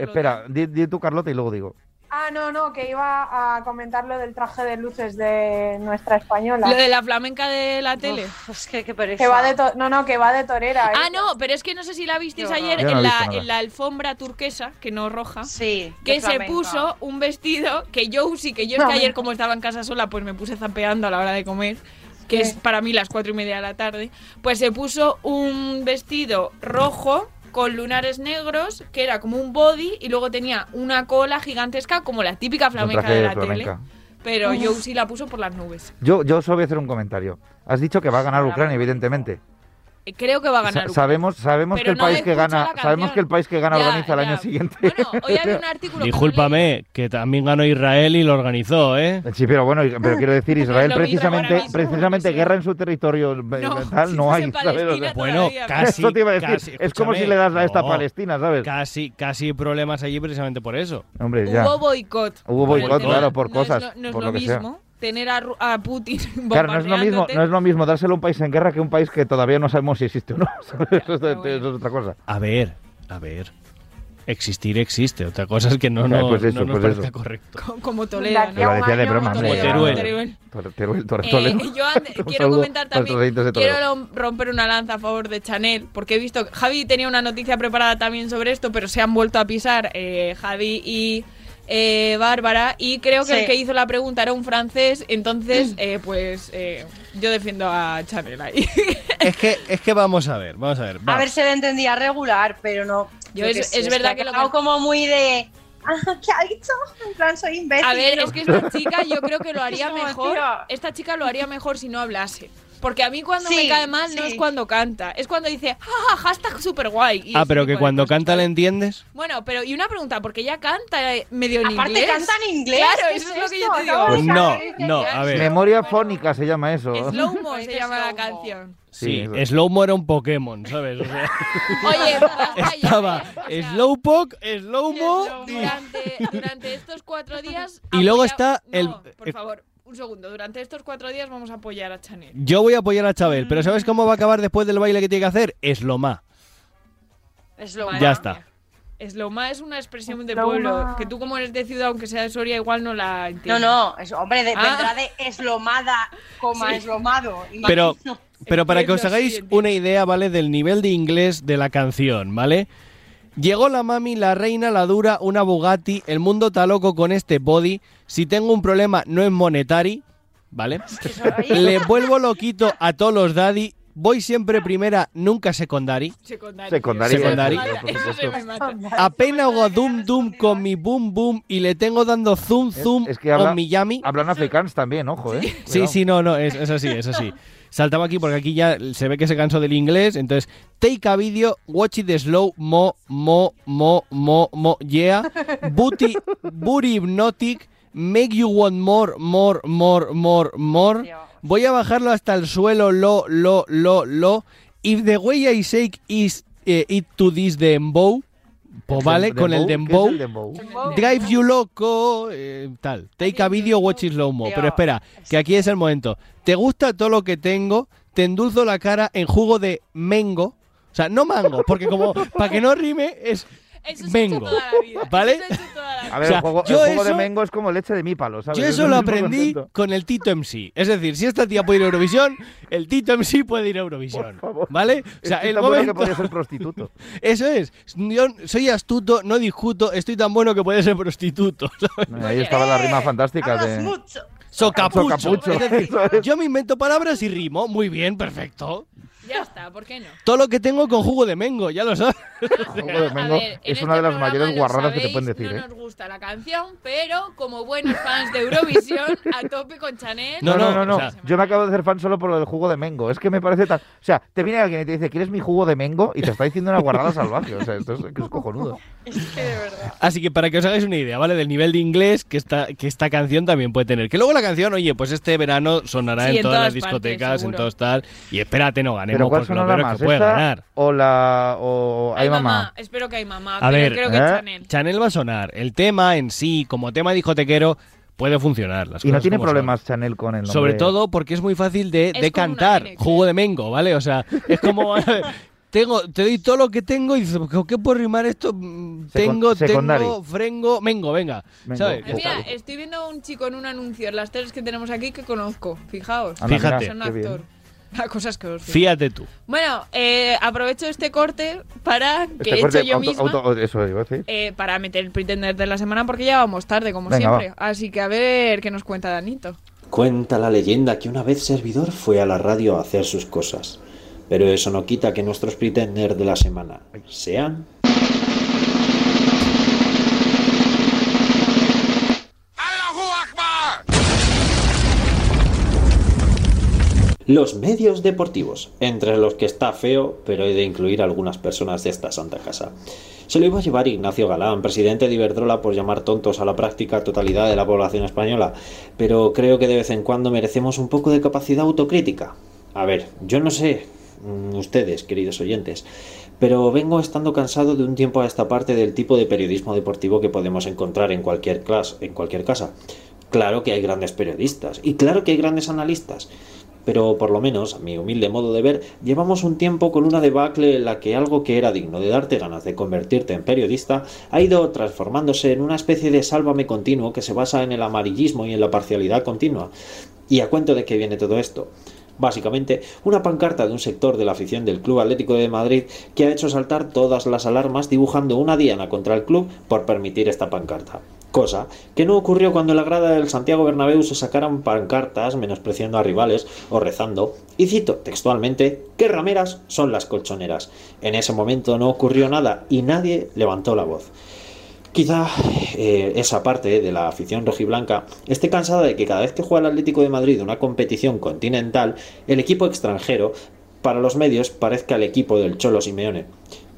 Speaker 2: Espera, di, di tú Carlota y luego digo.
Speaker 15: Ah, no, no, que iba a comentar lo del traje de luces de nuestra española.
Speaker 12: Lo de la flamenca de la tele.
Speaker 6: es que qué pereza.
Speaker 15: Que va de to- no, no, que va de torera. ¿eh?
Speaker 12: Ah, no, pero es que no sé si la visteis
Speaker 15: Yo no.
Speaker 12: ayer
Speaker 2: Yo no
Speaker 12: en,
Speaker 2: he visto
Speaker 12: la,
Speaker 2: nada.
Speaker 12: en la alfombra turquesa, que no roja.
Speaker 6: Sí.
Speaker 12: Que
Speaker 6: de
Speaker 12: se
Speaker 6: flamenca.
Speaker 12: puso un vestido que yo sí, que yo es que ayer, como estaba en casa sola, pues me puse zampeando a la hora de comer, que es para mí las cuatro y media de la tarde. Pues se puso un vestido rojo con lunares negros, que era como un body, y luego tenía una cola gigantesca, como la típica flamenca
Speaker 2: traje
Speaker 12: de la
Speaker 2: flamenca.
Speaker 12: tele. Pero yo sí la puso por las nubes.
Speaker 2: Yo, yo solo voy a hacer un comentario. Has dicho que va a ganar Ucrania, evidentemente.
Speaker 12: Eh, Creo que va a
Speaker 2: Sa-
Speaker 12: ganar. Ucrania.
Speaker 2: sabemos sabemos
Speaker 12: Pero
Speaker 2: que el
Speaker 12: no
Speaker 2: país que
Speaker 12: escucho la
Speaker 2: gana
Speaker 12: canción.
Speaker 2: sabemos que el país que gana
Speaker 12: Ya,
Speaker 2: organiza el
Speaker 12: ya.
Speaker 2: año siguiente.
Speaker 12: Hoy había un artículo que
Speaker 1: Discúlpame, que también ganó Israel y lo organizó, ¿eh?
Speaker 2: Sí, pero bueno, pero quiero decir, Israel
Speaker 1: lo mismo ahora
Speaker 2: precisamente,
Speaker 1: mismo,
Speaker 2: precisamente guerra en su territorio eh, tal no hay. ¿sabes? O sea,
Speaker 1: bueno, casi,
Speaker 2: Eso te iba a decir.
Speaker 1: casi,
Speaker 2: es como
Speaker 1: escúchame,
Speaker 2: si le das a esta
Speaker 1: no.
Speaker 2: Palestina, ¿sabes?
Speaker 1: Casi, casi hay problemas allí precisamente por eso.
Speaker 2: Hombre, ya.
Speaker 12: Hubo boicot.
Speaker 2: Hubo
Speaker 12: por el
Speaker 2: boicot,
Speaker 12: tema.
Speaker 2: claro, por
Speaker 12: No es lo-
Speaker 2: cosas,
Speaker 12: no es
Speaker 2: por
Speaker 12: lo
Speaker 2: lo que sea.
Speaker 12: mismo tener a, Ru- a Putin
Speaker 2: Claro, no es lo mismo,
Speaker 12: bombardeándote.
Speaker 2: no es lo mismo dárselo a un país en guerra que a un país que todavía no sabemos si existe o no. ¿sabes? Eso, es, eso es otra cosa.
Speaker 1: A ver, a ver. Existir existe, otra cosa es que no,
Speaker 2: Ah,
Speaker 1: no,
Speaker 2: pues
Speaker 1: no
Speaker 2: eso,
Speaker 1: nos
Speaker 2: pues
Speaker 1: parezca
Speaker 2: eso.
Speaker 1: correcto.
Speaker 12: Co- Como Toledo.
Speaker 2: Te lo decía de broma.
Speaker 12: Como
Speaker 2: hombre,
Speaker 1: Toledo,
Speaker 2: ya.
Speaker 1: Teruel.
Speaker 12: Teruel.
Speaker 2: Tor- Teruel, Tor-
Speaker 12: Eh,
Speaker 2: Toledo.
Speaker 12: yo ande-
Speaker 2: Un
Speaker 12: quiero
Speaker 2: saludo
Speaker 12: comentar
Speaker 2: a los
Speaker 12: también,
Speaker 2: oyentes de Toledo.
Speaker 12: quiero lom- romper una lanza a favor de Chanel, porque he visto, Javi tenía una noticia preparada también sobre esto, pero se han vuelto a pisar eh, Javi y eh, Bárbara, y creo que
Speaker 6: Sí.
Speaker 12: el que hizo la pregunta era un francés, entonces, eh, pues eh, yo defiendo a Chanel ahí.
Speaker 1: Es que, es que vamos a ver, vamos a ver.
Speaker 6: A
Speaker 1: va.
Speaker 6: ver, se le entendía regular, pero no.
Speaker 12: Yo
Speaker 6: qué
Speaker 12: es-
Speaker 6: sé,
Speaker 12: es
Speaker 6: se
Speaker 12: verdad
Speaker 6: ha
Speaker 12: que lo
Speaker 6: quedado
Speaker 12: que-
Speaker 6: como muy de. "Ah, ¿Qué ha dicho? En plan, soy imbécil.
Speaker 12: A ver,
Speaker 6: ¿no?
Speaker 12: es que esta chica yo creo que lo haría
Speaker 6: Es como,
Speaker 12: mejor.
Speaker 6: tío.
Speaker 12: Esta chica lo haría mejor si no hablase. Porque a mí cuando
Speaker 6: Sí,
Speaker 12: me cae mal no
Speaker 6: sí.
Speaker 12: es cuando canta, es cuando dice, "Ah, jaja, hashtag super guay.
Speaker 1: Ah, pero que cuando canta le entiendes.
Speaker 12: Bueno, pero y una pregunta, porque ella canta eh, medio en
Speaker 6: Aparte
Speaker 12: inglés.
Speaker 6: canta en inglés,
Speaker 12: Claro,
Speaker 6: ¿qué
Speaker 12: eso
Speaker 6: es
Speaker 12: es lo que yo
Speaker 6: esto?
Speaker 12: te digo.
Speaker 6: Acabo
Speaker 1: Pues no, no, a ver.
Speaker 2: Memoria fónica se llama eso.
Speaker 1: Pues
Speaker 12: Slow-mo
Speaker 6: Este
Speaker 12: se llama la canción.
Speaker 1: Sí, pues.
Speaker 2: eso.
Speaker 1: Slowmo era un Pokémon, ¿sabes? O sea,
Speaker 12: Oye,
Speaker 1: estaba
Speaker 12: ¿eh?
Speaker 1: Slowpoke, Slowmo y,
Speaker 12: durante, durante estos cuatro días...
Speaker 1: y luego
Speaker 12: apoya-
Speaker 1: está el...
Speaker 12: No, por
Speaker 1: eh,
Speaker 12: favor, un segundo. Durante estos cuatro días vamos a apoyar a Chanel.
Speaker 1: Yo voy a apoyar a Chabel, pero ¿sabes cómo va a acabar después del baile que tiene que hacer? Es lo más.
Speaker 12: Es lo
Speaker 1: Ya está.
Speaker 12: Esloma es una expresión de
Speaker 6: Esloma.
Speaker 12: pueblo, que tú como eres de ciudad, aunque sea de Soria, igual no la
Speaker 6: No,
Speaker 12: entiendes.
Speaker 6: no, es, hombre, de-
Speaker 12: Ah.
Speaker 6: vendrá de eslomada, coma
Speaker 12: Sí.
Speaker 6: eslomado.
Speaker 1: Pero,
Speaker 6: imagino.
Speaker 1: pero para que os
Speaker 12: Entiendo, sí,
Speaker 1: hagáis una idea, ¿vale? Del nivel de inglés de la canción, ¿vale? Llegó la mami, la reina, la dura, una Bugatti, el mundo está loco con este body, si tengo un problema no es monetary, ¿vale? Le vuelvo loquito a todos los daddy, voy siempre primera, nunca secondary.
Speaker 12: Secundaria.
Speaker 2: Secundaria.
Speaker 1: Secundaria.
Speaker 2: Eso por
Speaker 12: Eso se
Speaker 2: supuesto.
Speaker 12: me mata.
Speaker 1: Apenas hago dum dum con mi boom boom y le tengo dando zoom zoom
Speaker 2: Es que habla-
Speaker 1: con Miami.
Speaker 2: hablan africanos también, ojo, ¿eh?
Speaker 1: Sí, sí, no, no, es, es así, es así. Saltaba aquí porque aquí ya se ve que se cansó del inglés. Entonces, take a video, watch it slow, mo, mo, mo, mo, mo, yeah. Booty, booty hypnotic, make you want more, more, more, more, more. Voy a bajarlo hasta el suelo, lo, lo, lo, lo. If the way I shake is eh, it to this dembow, pues vale, con el
Speaker 2: dembow.
Speaker 1: dembow.
Speaker 2: ¿Qué es el dembow?
Speaker 1: Drive you loco, eh, tal. Take a video, watch it slow mo.
Speaker 6: Tío.
Speaker 1: Pero espera, que aquí es el momento. ¿Te gusta todo lo que tengo? Te endulzo la cara en jugo de mengo. O sea, no mango, porque como para que no rime es
Speaker 12: Eso se ha hecho
Speaker 1: mengo.
Speaker 12: toda la vida.
Speaker 1: ¿Vale?
Speaker 12: Eso se ha hecho toda la vida.
Speaker 2: A ver,
Speaker 1: O sea,
Speaker 2: el juego, el
Speaker 1: yo
Speaker 2: juego de
Speaker 1: eso-
Speaker 2: Mengo es como leche de mi palo, ¿sabes?
Speaker 1: Yo
Speaker 2: Es
Speaker 1: eso
Speaker 2: el
Speaker 1: lo
Speaker 2: mismo
Speaker 1: aprendí
Speaker 2: concepto.
Speaker 1: con el Tito MC. Es decir, si esta tía puede ir a Eurovisión, el Tito MC puede ir a Eurovisión. ¿Vale? O sea,
Speaker 2: Estoy
Speaker 1: el
Speaker 2: tan bueno
Speaker 1: momento...
Speaker 2: que podía ser prostituto.
Speaker 1: Eso es. Yo soy astuto, no discuto, estoy tan bueno que puede ser prostituto. ¿sabes?
Speaker 2: Ahí estaba la rima fantástica de...
Speaker 6: Mucho.
Speaker 1: Socapucho.
Speaker 2: Socapucho.
Speaker 1: Es decir, yo me invento palabras y rimo. Muy bien, perfecto.
Speaker 12: Ya está, ¿por qué no?
Speaker 1: Todo lo que tengo con jugo de mengo, ya lo sabes.
Speaker 2: Jugo de mengo
Speaker 12: ver, en
Speaker 2: es
Speaker 12: este
Speaker 2: una de las
Speaker 12: programa
Speaker 2: mayores
Speaker 12: lo
Speaker 2: guarradas que te
Speaker 12: sabéis,
Speaker 2: pueden decir,
Speaker 12: No
Speaker 2: ¿eh?
Speaker 12: nos gusta la canción, pero como buenos fans de Eurovisión, a tope con Chanel.
Speaker 2: No, no, no, no.
Speaker 12: o sea,
Speaker 2: Yo me acabo de hacer fan solo por lo del jugo de mengo. Es que me parece tan. O sea, te viene alguien y te dice, ¿quieres mi jugo de mengo? Y te está diciendo una guarrada salvaje. O sea, esto es, que es cojonudo.
Speaker 1: Así que para que os hagáis una idea, ¿vale? Del nivel de inglés que esta, que esta canción también puede tener. Que luego la canción, oye, pues este verano sonará
Speaker 2: Sí,
Speaker 1: en,
Speaker 2: en
Speaker 1: todas,
Speaker 2: todas
Speaker 1: las discotecas,
Speaker 2: partes,
Speaker 1: en
Speaker 2: seguro.
Speaker 1: todos tal. Y espérate, no ganemos
Speaker 2: Pero ¿cuál
Speaker 1: porque lo
Speaker 2: sonará
Speaker 1: peor es
Speaker 2: más?
Speaker 1: que puede
Speaker 2: ¿Esta
Speaker 1: ganar.
Speaker 2: o la. o Ay, mamá? ¿eh?
Speaker 12: espero que hay mamá,
Speaker 1: A
Speaker 12: pero
Speaker 1: ver,
Speaker 12: creo que Chanel.
Speaker 1: va a sonar. El tema en sí, como tema discotequero, puede funcionar. las
Speaker 2: Y no
Speaker 1: cosas
Speaker 2: tiene
Speaker 1: como son.
Speaker 2: problemas Chanel con el nombre.
Speaker 1: Sobre todo porque es muy fácil de, de
Speaker 2: Es como una
Speaker 1: cantar.
Speaker 12: E.
Speaker 1: Jugo de mengo, ¿vale? O sea, es como. tengo, te doy todo lo que tengo y dices, ¿con qué puedo rimar esto? Mm, Tengo,
Speaker 2: secundari.
Speaker 1: tengo, frengo, mengo, venga.
Speaker 2: Mengo.
Speaker 1: ¿Sabes?
Speaker 12: Ah, Mira, estoy viendo a un chico en un anuncio, en las tres que tenemos aquí que conozco, fijaos.
Speaker 1: Anda, Fíjate.
Speaker 12: Es un
Speaker 1: qué bien.
Speaker 12: actor. Ah, Cosas que os fijo.
Speaker 1: Fíjate tú.
Speaker 12: Bueno, eh, aprovecho este corte para que
Speaker 2: Este
Speaker 12: he
Speaker 2: corte
Speaker 12: hecho yo
Speaker 2: auto-
Speaker 12: misma
Speaker 2: auto- eso iba a decir.
Speaker 12: eh, para meter el pretender de la semana porque ya vamos tarde, como
Speaker 13: Venga,
Speaker 12: siempre. Así que a ver qué nos cuenta Danito.
Speaker 13: Cuenta la leyenda que una vez servidor fue a la radio a hacer sus cosas, pero eso no quita que nuestros pretender de la semana sean... Los medios deportivos, entre los que está feo, pero he de incluir a algunas personas de esta santa casa. Se lo iba a llevar Ignacio Galán, presidente de Iberdrola, por llamar tontos a la práctica totalidad de la población española, pero creo que de vez en cuando merecemos un poco de capacidad autocrítica. A ver, yo no sé mm, ustedes, queridos oyentes, pero vengo estando cansado de un tiempo a esta parte del tipo de periodismo deportivo que podemos encontrar en cualquier clas- en cualquier casa. Claro que hay grandes periodistas y claro que hay grandes analistas, pero por lo menos, a mi humilde modo de ver, llevamos un tiempo con una debacle en la que algo que era digno de darte ganas de convertirte en periodista ha ido transformándose en una especie de sálvame continuo que se basa en el amarillismo y en la parcialidad continua. ¿Y a cuento de qué viene todo esto? Básicamente, una pancarta de un sector de la afición del Club Atlético de Madrid que ha hecho saltar todas las alarmas dibujando una diana contra el club por permitir esta pancarta. Cosa que no ocurrió cuando en la grada del Santiago Bernabéu se sacaran pancartas menospreciando a rivales o rezando, y cito textualmente, que rameras son las colchoneras. En ese momento no ocurrió nada y nadie levantó la voz. Quizá eh, esa parte de la afición rojiblanca esté cansada de que cada vez que juega el Atlético de Madrid una competición continental, el equipo extranjero para los medios parezca el equipo del Cholo Simeone.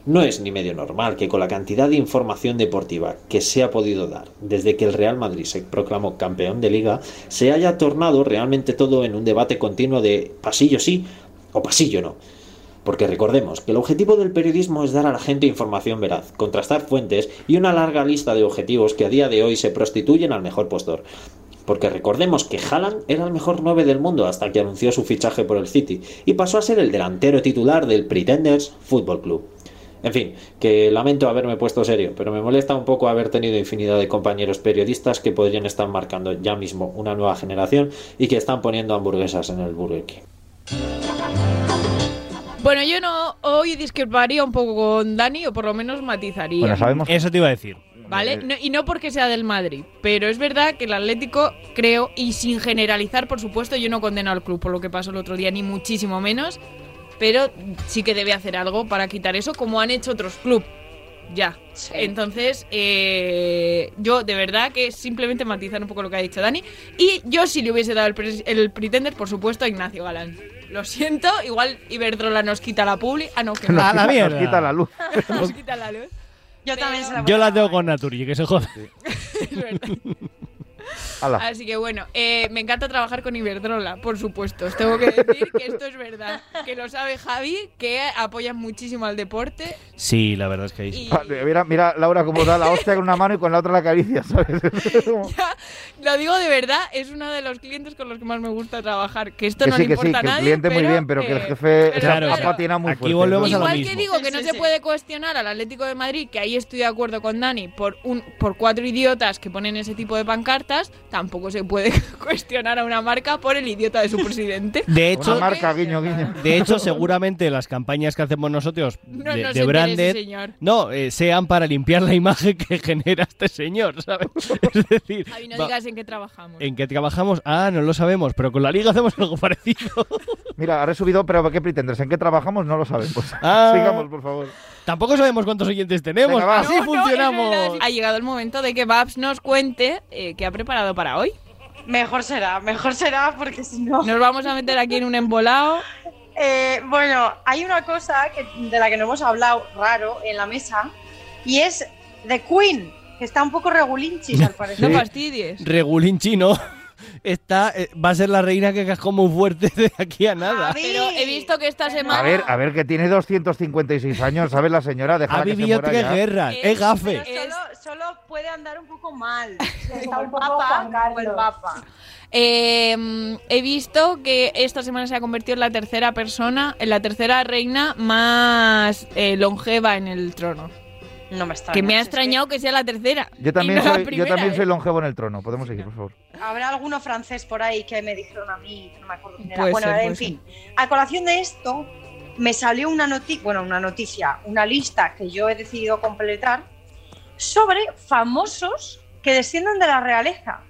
Speaker 13: No es ni medio normal que con la cantidad de información deportiva que se ha podido dar desde que el Real Madrid se proclamó campeón de liga, se haya tornado realmente todo en un debate continuo de pasillo sí o pasillo no. Porque recordemos que el objetivo del periodismo es dar a la gente información veraz, contrastar fuentes y una larga lista de objetivos que a día de hoy se prostituyen al mejor postor. Porque recordemos que Haaland era el mejor 9 del mundo hasta que anunció su fichaje por el City y pasó a ser el delantero titular del Pretenders Football Club. En fin, que lamento haberme puesto serio, pero me molesta un poco haber tenido infinidad de compañeros periodistas que podrían estar marcando ya mismo una nueva generación y que están poniendo hamburguesas en el Burger King.
Speaker 12: Bueno, yo no hoy discreparía un poco con Dani o por lo menos matizaría.
Speaker 1: Eso te iba a decir.
Speaker 12: ¿Vale?
Speaker 1: Eh.
Speaker 12: No- y no porque sea del Madrid, pero es verdad que el Atlético, creo, y sin generalizar, por supuesto, yo no condeno al club por lo que pasó el otro día, ni muchísimo menos, pero sí que debe hacer algo para quitar eso, como han hecho otros clubes. Ya. Entonces, eh, yo de verdad que simplemente matizar un poco lo que ha dicho Dani. Y yo sí le hubiese dado el, pres- el pretender, por supuesto, a Ignacio Galán. Lo siento, igual Iberdrola nos quita la publi. Ah, no, que
Speaker 1: Nos
Speaker 12: no.
Speaker 1: quita- nos mierda. quita la luz.
Speaker 12: nos quita la luz. Yo también se
Speaker 1: Yo la tengo con Naturgy, que se jode.
Speaker 2: Hala.
Speaker 12: Así que bueno, eh, me encanta trabajar con Iberdrola, por supuesto. Os tengo que decir que esto es verdad. Que lo sabe Javi, que apoyan muchísimo al deporte.
Speaker 1: Sí, la verdad es que ahí
Speaker 12: eh,
Speaker 1: sí.
Speaker 2: Mira, mira, Laura, cómo da la hostia con una mano y con la otra la caricia, ¿sabes?
Speaker 12: Lo digo de verdad, es uno de los clientes con los que más me gusta trabajar. Que esto
Speaker 2: que
Speaker 12: no
Speaker 2: sí,
Speaker 12: le
Speaker 2: que sí,
Speaker 12: importa
Speaker 2: que
Speaker 12: a
Speaker 2: el
Speaker 12: nadie.
Speaker 2: cliente muy
Speaker 12: pero
Speaker 2: bien, pero que el
Speaker 12: que-
Speaker 2: jefe se
Speaker 1: Claro,
Speaker 2: ha
Speaker 1: claro.
Speaker 2: patinado muy
Speaker 1: Aquí
Speaker 2: fuerte.
Speaker 1: volvemos a Pues lo
Speaker 12: Igual
Speaker 1: mismo.
Speaker 12: que digo que no se puede cuestionar al Atlético de Madrid, que ahí estoy de acuerdo con Dani, por un por cuatro idiotas que ponen ese tipo de pancartas, tampoco se puede cuestionar a una marca por el idiota de su presidente.
Speaker 1: De hecho,
Speaker 12: Porque Ah,
Speaker 1: De hecho, seguramente las campañas que hacemos nosotros
Speaker 12: No
Speaker 1: de,
Speaker 12: nos
Speaker 1: de
Speaker 12: entere
Speaker 1: branded
Speaker 12: ese señor.
Speaker 1: no eh, sean para limpiar la imagen que genera este señor, ¿sabes? Es decir,
Speaker 12: Javi, no
Speaker 1: va-
Speaker 12: digas
Speaker 17: en qué trabajamos.
Speaker 1: ¿En qué trabajamos? Ah, no lo sabemos, pero con la liga hacemos algo parecido.
Speaker 2: Mira, ha resubido, pero ¿qué pretendes? ¿En qué trabajamos? No lo sabemos.
Speaker 1: Ah.
Speaker 2: Sigamos, por favor.
Speaker 1: Tampoco sabemos cuántos oyentes tenemos.
Speaker 2: Venga, va.
Speaker 1: Así
Speaker 2: No, no,
Speaker 1: funcionamos.
Speaker 17: Ha llegado el momento de que Babs nos cuente eh, qué ha preparado para hoy.
Speaker 12: Mejor será, mejor será, porque si no.
Speaker 17: Nos vamos a meter aquí en un embolado.
Speaker 12: Eh, bueno, hay una cosa que, de la que no hemos hablado raro en la mesa y es The Queen, que está un poco regulinchis al parecer.
Speaker 1: Sí.
Speaker 17: fastidies.
Speaker 1: Regulín chino. Está, eh, va a ser la reina que cascó muy fuerte de aquí a
Speaker 12: Ah.
Speaker 1: nada.
Speaker 17: Pero he visto que esta semana.
Speaker 2: A ver, a ver, que tiene 256 años, ¿sabes la señora? Deja
Speaker 1: Ha
Speaker 2: que se
Speaker 1: vivido
Speaker 2: muera
Speaker 1: tres
Speaker 2: ya.
Speaker 1: guerras. Es gafe.
Speaker 12: Eh, Pero solo, solo puede andar un poco mal.
Speaker 15: Está
Speaker 12: Está
Speaker 15: un
Speaker 12: el
Speaker 15: poco
Speaker 12: papa,
Speaker 15: Juan
Speaker 12: o el
Speaker 15: Carlos.
Speaker 12: papa.
Speaker 17: Eh, mm, he visto que esta semana se ha convertido en la tercera persona, en la tercera reina más eh, longeva en el trono.
Speaker 12: No me está.
Speaker 17: Que me ha
Speaker 12: es
Speaker 17: extrañado que sea la tercera.
Speaker 2: Yo
Speaker 17: y
Speaker 2: también,
Speaker 17: no la
Speaker 2: soy, yo
Speaker 17: primera,
Speaker 2: también
Speaker 17: ¿eh?
Speaker 2: soy longevo en el trono. Podemos seguir, por favor.
Speaker 12: Habrá alguno francés por ahí que me dijeron a mí, que no me acuerdo quién era.
Speaker 17: Puede
Speaker 12: bueno,
Speaker 17: ser, puede
Speaker 12: en fin, a colación de esto me salió una noticia, bueno, una noticia, una lista que yo he decidido completar sobre famosos que descienden de la realeza.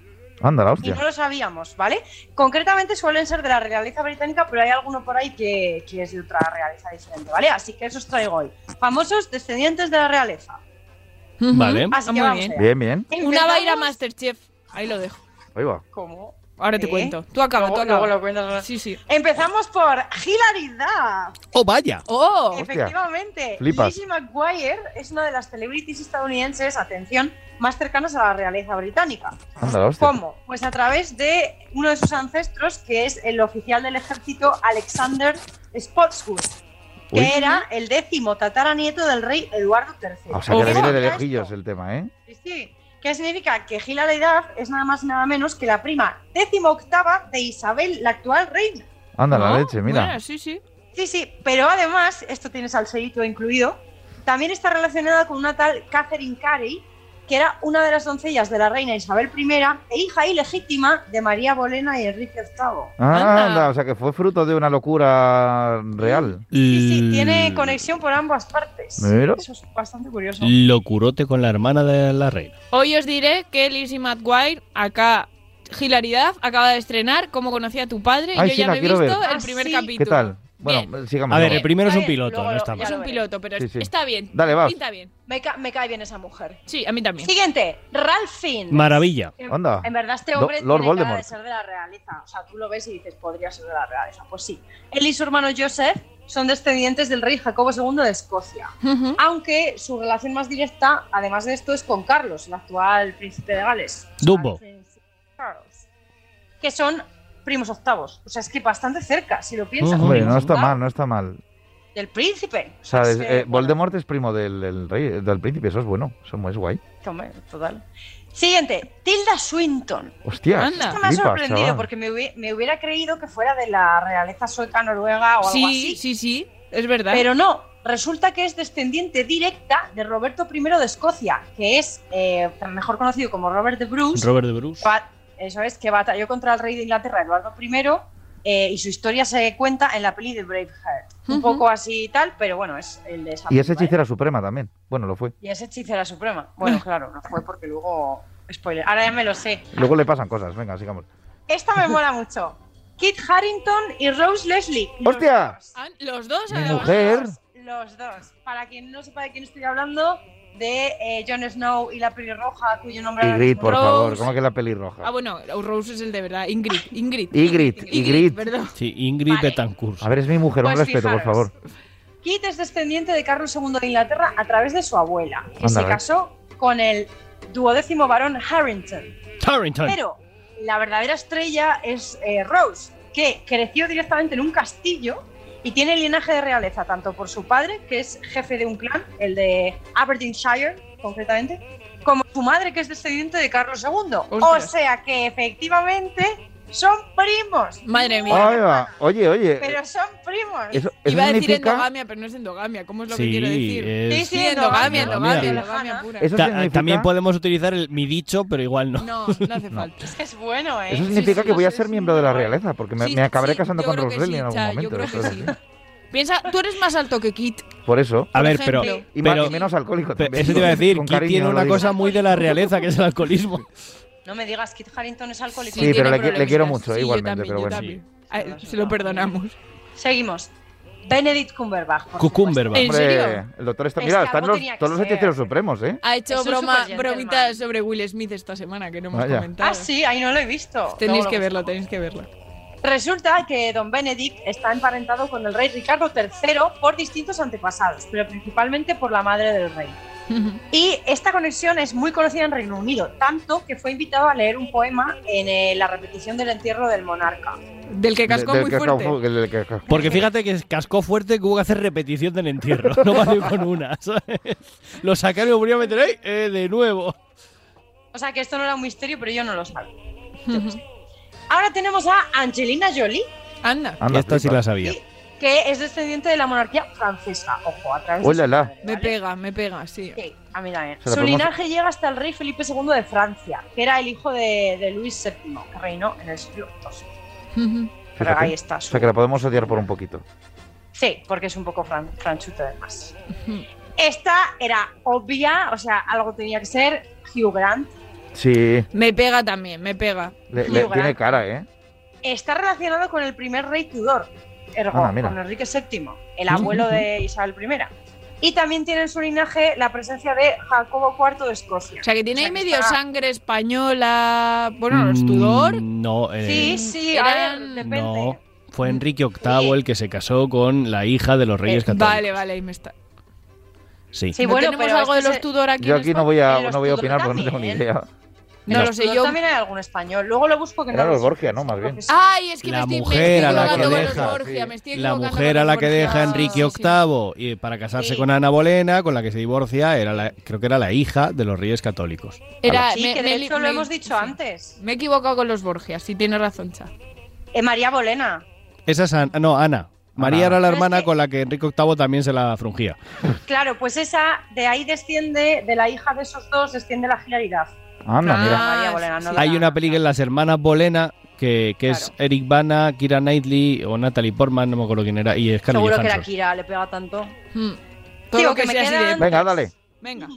Speaker 2: Anda, la
Speaker 12: Y
Speaker 2: hostia.
Speaker 12: no lo sabíamos, ¿vale? Concretamente suelen ser de la realeza británica, pero hay alguno por ahí que, que es de otra realeza diferente, ¿vale? Así que eso os traigo hoy. Famosos descendientes de la realeza.
Speaker 17: Ujú.
Speaker 1: Vale.
Speaker 12: Así que
Speaker 17: Ah, muy
Speaker 12: vamos
Speaker 17: bien.
Speaker 12: allá.
Speaker 2: Bien, bien.
Speaker 17: Una va a ir a
Speaker 12: Empezamos-
Speaker 17: Masterchef. Ahí lo dejo.
Speaker 2: Ahí va.
Speaker 12: ¿Cómo?
Speaker 17: Ahora te
Speaker 12: ¿Eh?
Speaker 17: cuento. Tú acaba, tú
Speaker 12: Luego-
Speaker 17: acaba.
Speaker 12: luego lo cuentas.
Speaker 17: Sí, sí.
Speaker 12: Empezamos por hilaridad.
Speaker 1: Oh, vaya.
Speaker 17: ¡Oh!
Speaker 2: Hostia.
Speaker 12: Efectivamente.
Speaker 2: Flipas.
Speaker 12: Lizzie McGuire es una de las celebrities estadounidenses, atención, más cercanas a la realeza británica.
Speaker 2: Anda, la hostia.
Speaker 12: ¿Cómo? Pues a través de uno de sus ancestros, que es el oficial del ejército Alexander Spotswood, que
Speaker 2: Uy.
Speaker 12: era el décimo tataranieto del rey Eduardo III.
Speaker 2: Ah, O sea, que le viene de
Speaker 12: Ojo.
Speaker 2: lejillos el tema, ¿eh?
Speaker 12: Sí, sí. ¿Qué significa? Que Hillary Duff es nada más y nada menos que la prima décimo octava de Isabel, la actual reina.
Speaker 2: Anda, la
Speaker 17: ¿No?
Speaker 2: leche, mira.
Speaker 17: Bueno, sí, sí.
Speaker 12: Sí, sí, pero además, esto tiene salseíto incluido, también está relacionada con una tal Catherine Carey, que era una de las doncellas de la reina Isabel I e hija ilegítima de María Bolena y Enrique VIII.
Speaker 2: Ah,
Speaker 17: Anda.
Speaker 2: anda, o sea que fue fruto de una locura real.
Speaker 12: Sí, sí, tiene conexión por ambas partes.
Speaker 2: Mira.
Speaker 12: Eso es bastante curioso.
Speaker 1: Locurote con la hermana de la reina.
Speaker 17: Hoy os diré que Lizzie McGuire, acá Hilaridad, acaba de estrenar Cómo conocía a tu padre. y
Speaker 2: Ay,
Speaker 17: yo
Speaker 2: sí,
Speaker 17: ya
Speaker 2: la
Speaker 17: me he
Speaker 2: quiero
Speaker 17: visto
Speaker 2: ver.
Speaker 17: el
Speaker 12: Ah,
Speaker 17: primer
Speaker 12: sí.
Speaker 17: capítulo.
Speaker 2: ¿Qué tal? Bueno,
Speaker 17: Bien.
Speaker 2: sigamos.
Speaker 1: A ver,
Speaker 2: ¿no?
Speaker 1: el primero es un
Speaker 12: Está bien,
Speaker 1: piloto,
Speaker 12: luego
Speaker 1: no
Speaker 12: lo-
Speaker 1: está
Speaker 12: ya
Speaker 17: Es
Speaker 1: mal.
Speaker 12: lo-
Speaker 17: un piloto, pero
Speaker 2: Sí, sí.
Speaker 17: está bien.
Speaker 2: Dale, vas.
Speaker 17: Pinta bien.
Speaker 12: Me, ca- me cae bien esa mujer.
Speaker 17: Sí, a mí también.
Speaker 12: Siguiente, Ralph Fiennes.
Speaker 1: Maravilla.
Speaker 12: En-
Speaker 2: Anda.
Speaker 12: En verdad, este
Speaker 2: Lo-
Speaker 12: hombre
Speaker 2: Lord
Speaker 12: tiene cara
Speaker 2: Voldemort.
Speaker 12: de ser de la realeza. O sea, tú lo ves y dices, podría ser de la realeza. Pues sí. Él y su hermano Joseph son descendientes del rey Jacobo II de Escocia.
Speaker 17: Ujú.
Speaker 12: Aunque su relación más directa, además de esto, es con Carlos, el actual príncipe de Gales.
Speaker 1: Dumbo.
Speaker 12: Charles. Que son primos octavos. O sea, es que bastante cerca, si lo piensas.
Speaker 1: Ujú.
Speaker 2: Hombre,
Speaker 12: Primos
Speaker 2: no está
Speaker 12: octavos
Speaker 2: mal, no está mal.
Speaker 12: Del príncipe.
Speaker 2: O sea,
Speaker 12: Es
Speaker 2: es-
Speaker 12: que,
Speaker 2: eh,
Speaker 12: bueno,
Speaker 2: Voldemort es primo del, del rey, eh, del príncipe, eso es bueno, eso es guay.
Speaker 12: toma, total. Siguiente, Tilda Swinton.
Speaker 2: Hostia,
Speaker 17: Anda.
Speaker 12: Esto me ha
Speaker 2: flipas,
Speaker 12: sorprendido
Speaker 2: chaval.
Speaker 12: porque me, hubie- me hubiera creído que fuera de la realeza sueca, noruega o algo
Speaker 17: Sí,
Speaker 12: así.
Speaker 17: sí, sí. Es verdad.
Speaker 12: Pero no, resulta que es descendiente directa de Roberto I de Escocia, que es eh, mejor conocido como Robert de Bruce.
Speaker 1: Robert de Bruce.
Speaker 12: Ba- Eso es, que batalló contra el rey de Inglaterra, Eduardo I, eh, y su historia se cuenta en la peli de Braveheart. Un
Speaker 17: Ujú.
Speaker 12: poco así y tal, pero bueno, es el de esa
Speaker 2: Y es
Speaker 12: peli, ¿vale?
Speaker 2: hechicera suprema también. Bueno, lo fue.
Speaker 12: Y es hechicera suprema. Bueno, claro, no fue porque luego. Spoiler, ahora ya me lo sé.
Speaker 2: Luego le pasan cosas, venga, sigamos.
Speaker 12: Esta me mola mucho. Kit Harrington y Rose Leslie. Los
Speaker 2: ¡Hostia!
Speaker 12: dos.
Speaker 17: Ah, Los dos,
Speaker 2: Mi
Speaker 17: además.
Speaker 2: mujer.
Speaker 12: Los dos. Para quien no sepa de quién estoy hablando, de eh, Jon Snow y la pelirroja, cuyo nombre ahora
Speaker 2: Ygritte,
Speaker 12: mismo
Speaker 2: por
Speaker 12: no-
Speaker 17: Rose.
Speaker 2: favor, ¿cómo que la
Speaker 17: Ah,
Speaker 2: pelirroja?
Speaker 17: bueno, Rose es el de verdad. Ingrid, Ingrid.
Speaker 2: Ygritte, Ygritte.
Speaker 17: perdón.
Speaker 1: Sí, Ingrid
Speaker 12: Vale.
Speaker 1: Betancourt.
Speaker 2: A ver, es mi mujer, un
Speaker 12: Pues
Speaker 2: respeto, por
Speaker 12: fijaros.
Speaker 2: favor.
Speaker 12: Kit es descendiente de Carlos II de Inglaterra a través de su abuela, que
Speaker 2: Anda,
Speaker 12: se
Speaker 2: ve.
Speaker 12: casó con el duodécimo varón Harrington.
Speaker 1: Tarrington.
Speaker 12: Pero la verdadera estrella es eh, Rose, que creció directamente en un castillo y tiene linaje de realeza, tanto por su padre, que es jefe de un clan, el de Aberdeenshire, concretamente, como su madre, que es descendiente de Carlos II. O
Speaker 17: Ostras.
Speaker 12: sea que efectivamente son primos.
Speaker 17: Madre mía.
Speaker 2: Ahí va. Oye, oye. eh,
Speaker 12: Pero son primos.
Speaker 2: Eso, eso
Speaker 17: Iba a decir
Speaker 2: significa,
Speaker 17: endogamia, pero no es endogamia. ¿Cómo es lo que
Speaker 1: Sí,
Speaker 17: quiero decir?
Speaker 1: es-
Speaker 12: Sí, sí,
Speaker 17: Sí, endogamia, endogamia,
Speaker 1: endogamia.
Speaker 17: endogamia pura.
Speaker 2: eso
Speaker 1: Ta-
Speaker 2: significa-
Speaker 1: También podemos utilizar el mi dicho, pero igual no.
Speaker 17: No, no hace
Speaker 2: No.
Speaker 17: falta.
Speaker 12: Es bueno, ¿eh?
Speaker 2: eso significa
Speaker 17: sí,
Speaker 2: que voy a
Speaker 17: sí,
Speaker 2: ser
Speaker 17: sí.
Speaker 2: miembro de la realeza, porque me,
Speaker 17: Sí,
Speaker 2: me acabaré
Speaker 17: sí,
Speaker 2: casando
Speaker 17: yo
Speaker 2: con
Speaker 17: creo que
Speaker 2: Rose Leslie
Speaker 17: sí,
Speaker 2: en algún
Speaker 17: Cha, yo
Speaker 2: momento.
Speaker 17: creo
Speaker 2: eso
Speaker 17: que
Speaker 2: es
Speaker 17: sí.
Speaker 2: así.
Speaker 17: Piensa, tú eres más alto que Kit.
Speaker 2: Por eso.
Speaker 1: A
Speaker 17: Por
Speaker 1: ver, pero,
Speaker 17: ejemplo.
Speaker 2: Y,
Speaker 1: pero-
Speaker 2: más- y menos alcohólico
Speaker 1: pe-
Speaker 2: también.
Speaker 1: eso te iba a decir,
Speaker 2: Con
Speaker 1: Kit
Speaker 2: cariño
Speaker 1: tiene
Speaker 2: lo
Speaker 1: una
Speaker 2: digo.
Speaker 1: cosa muy de la realeza, que es el alcoholismo.
Speaker 6: No me digas, Kit Harrington es alcohólico.
Speaker 2: Sí, pero le, qui- le quiero mucho, igualmente, pero bueno.
Speaker 12: A él se lo perdonamos.
Speaker 6: Seguimos. Benedict Cumberbatch. por
Speaker 1: Cucumberbatch.
Speaker 12: ¿En
Speaker 2: Hombre,
Speaker 12: serio?
Speaker 2: El doctor está.
Speaker 6: Es
Speaker 2: Mira,
Speaker 6: que
Speaker 2: están
Speaker 6: algo
Speaker 2: los,
Speaker 6: tenía que
Speaker 2: todos los
Speaker 6: ser. Ah,
Speaker 2: hechiceros supremos, ¿eh?
Speaker 12: Ha hecho
Speaker 6: Es un
Speaker 12: broma,
Speaker 6: supergentleman.
Speaker 12: bromitas sobre Will Smith esta semana que no hemos
Speaker 2: Vaya.
Speaker 12: comentado.
Speaker 6: Ah, sí, ahí no lo he visto.
Speaker 12: Tenéis
Speaker 6: Luego
Speaker 12: que
Speaker 6: lo
Speaker 12: verlo, tenéis que verlo.
Speaker 6: Resulta que don Benedict está emparentado con el rey Ricardo III por distintos antepasados, pero principalmente por la madre del rey. Y esta conexión es muy conocida en Reino Unido, tanto que fue invitado a leer un poema en eh, la repetición del entierro del monarca.
Speaker 12: Del que
Speaker 2: cascó Del- del muy que fuerte. cascó-
Speaker 1: Porque fíjate que cascó fuerte que hubo que hacer repetición del entierro. No valió con una, ¿sabes? Lo sacaron y volvieron a meter ¡ay! Eh, de nuevo.
Speaker 6: O sea que esto no era un misterio, pero yo no lo sabía. Yo qué sé. Ahora tenemos a Angelina Jolie,
Speaker 12: Anda.
Speaker 1: Esta sí la sabía.
Speaker 6: que es descendiente de la monarquía francesa. Ojo, a través de su
Speaker 2: Ulala.
Speaker 12: Me pega, me pega, sí.
Speaker 6: Sí, a mí también.
Speaker 2: Oh, Se la
Speaker 6: Su
Speaker 2: podemos-
Speaker 6: linaje llega hasta el rey Felipe II de Francia, que era el hijo de, de Luis VII, que reinó en el siglo II. Pero
Speaker 2: Fíjate.
Speaker 6: ahí está
Speaker 2: O
Speaker 6: su-
Speaker 2: sea, que la podemos odiar por un poquito.
Speaker 6: Sí, porque es un poco fran- franchuto además. Esta era obvia, o sea, algo tenía que ser Hugh Grant.
Speaker 2: Sí.
Speaker 12: Me pega también, me pega.
Speaker 2: Le,
Speaker 6: Hugh
Speaker 2: le-
Speaker 6: Grant.
Speaker 2: tiene cara, ¿eh?
Speaker 6: Está relacionado con el primer rey Tudor, ergo,
Speaker 2: Ah, mira.
Speaker 6: con Enrique VII, el abuelo de Isabel I. Y también tiene en su linaje la presencia de Jacobo IV de Escocia.
Speaker 12: O sea, que
Speaker 6: O
Speaker 12: tiene
Speaker 6: sea,
Speaker 12: ahí
Speaker 6: que
Speaker 12: medio
Speaker 6: está-
Speaker 12: sangre española. Bueno, los Tudor.
Speaker 1: Mm, No, eh,
Speaker 6: Sí, sí, a ver,
Speaker 12: Eran-
Speaker 6: depende.
Speaker 1: no. Fue Enrique VIII el que se casó con la hija de los reyes católicos.
Speaker 12: Vale, vale, ahí me está.
Speaker 1: Sí.
Speaker 6: Eh, Sí, bueno,
Speaker 12: tenemos
Speaker 6: pero
Speaker 12: algo de
Speaker 6: es que
Speaker 12: los
Speaker 6: se-
Speaker 12: Tudor aquí.
Speaker 2: Yo
Speaker 12: en
Speaker 2: aquí no
Speaker 12: España?
Speaker 2: voy
Speaker 6: Y
Speaker 2: a,
Speaker 6: los
Speaker 2: no voy a
Speaker 6: Tudor
Speaker 2: opinar porque no tengo ni
Speaker 6: también.
Speaker 2: idea.
Speaker 12: No lo sé
Speaker 6: Pero
Speaker 12: yo.
Speaker 6: También hay algún español. Luego lo busco que no
Speaker 2: Eran
Speaker 6: lo
Speaker 2: los
Speaker 6: sé.
Speaker 2: Borgia, ¿no? Más bien.
Speaker 12: Ay, es que
Speaker 1: La
Speaker 12: me estoy, me
Speaker 1: mujer
Speaker 12: estoy
Speaker 1: a la
Speaker 12: equivocando
Speaker 1: que
Speaker 12: con los
Speaker 1: deja.
Speaker 12: Borgia, me estoy
Speaker 1: La
Speaker 12: equivocando
Speaker 1: mujer
Speaker 12: con
Speaker 1: a la
Speaker 12: los
Speaker 1: que
Speaker 12: Borgia.
Speaker 1: deja Enrique
Speaker 12: Sí,
Speaker 1: VIII
Speaker 12: sí.
Speaker 1: y para casarse
Speaker 6: Sí.
Speaker 1: con Ana Bolena, con la que se divorcia, era la- creo que era la hija de los reyes católicos.
Speaker 12: Era,
Speaker 6: Sí,
Speaker 12: me-
Speaker 6: que
Speaker 12: me
Speaker 6: de
Speaker 12: li-
Speaker 6: hecho lo
Speaker 12: me-
Speaker 6: hemos dicho antes.
Speaker 12: Me he equivocado con los Borgias, sí tienes razón, Cha.
Speaker 6: Eh, María Bolena.
Speaker 1: Esa es An- no, Ana. María era
Speaker 6: Pero
Speaker 1: la
Speaker 6: es
Speaker 1: hermana
Speaker 6: que-
Speaker 1: con la que Enrique VIII también se la frungía.
Speaker 6: Claro, pues esa de ahí desciende, de la hija de esos dos desciende la hilaridad.
Speaker 2: Anda, mira.
Speaker 12: Ah,
Speaker 6: María Bolena, no
Speaker 12: sí,
Speaker 6: da-
Speaker 1: Hay una película en las hermanas Bolena que, que es Eric Bana, Kira Knightley o Natalie Portman, no me acuerdo quién era, y Scarlett
Speaker 6: Seguro que
Speaker 1: Johansson.
Speaker 6: era Kira, le pega tanto.
Speaker 12: Mm. Todo
Speaker 6: Digo
Speaker 12: lo que,
Speaker 6: que me
Speaker 12: sea así de...
Speaker 6: quedan-
Speaker 2: Venga, dale.
Speaker 12: Venga.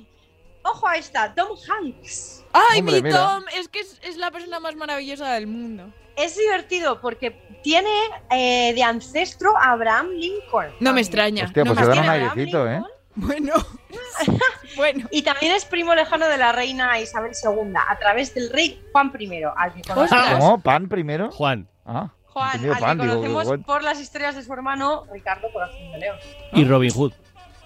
Speaker 6: Ojo a esta, Tom Hanks.
Speaker 12: ¡Ay,
Speaker 2: Hombre,
Speaker 12: mi
Speaker 2: mira.
Speaker 12: Tom! Es que es, es la persona más maravillosa del mundo.
Speaker 6: Es divertido porque tiene eh, de ancestro a Abraham Lincoln.
Speaker 12: No me
Speaker 6: También.
Speaker 12: extraña.
Speaker 2: Hostia,
Speaker 12: no
Speaker 2: pues
Speaker 12: me
Speaker 2: se dan un
Speaker 12: extraña.
Speaker 6: extraña.
Speaker 2: airecito, ¿eh?
Speaker 12: Bueno. bueno.
Speaker 6: Y también es primo lejano de la reina Isabel II, a través del rey Juan I, al que conocemos,
Speaker 12: Ostras.
Speaker 2: ¿Cómo? ¿Pan primero?
Speaker 1: Juan.
Speaker 2: Ah,
Speaker 6: Juan,
Speaker 2: entendido
Speaker 6: al que
Speaker 2: pan, digo,
Speaker 6: conocemos
Speaker 2: bueno.
Speaker 6: por las historias de su hermano Ricardo Corazón de León.
Speaker 1: Y Robin Hood.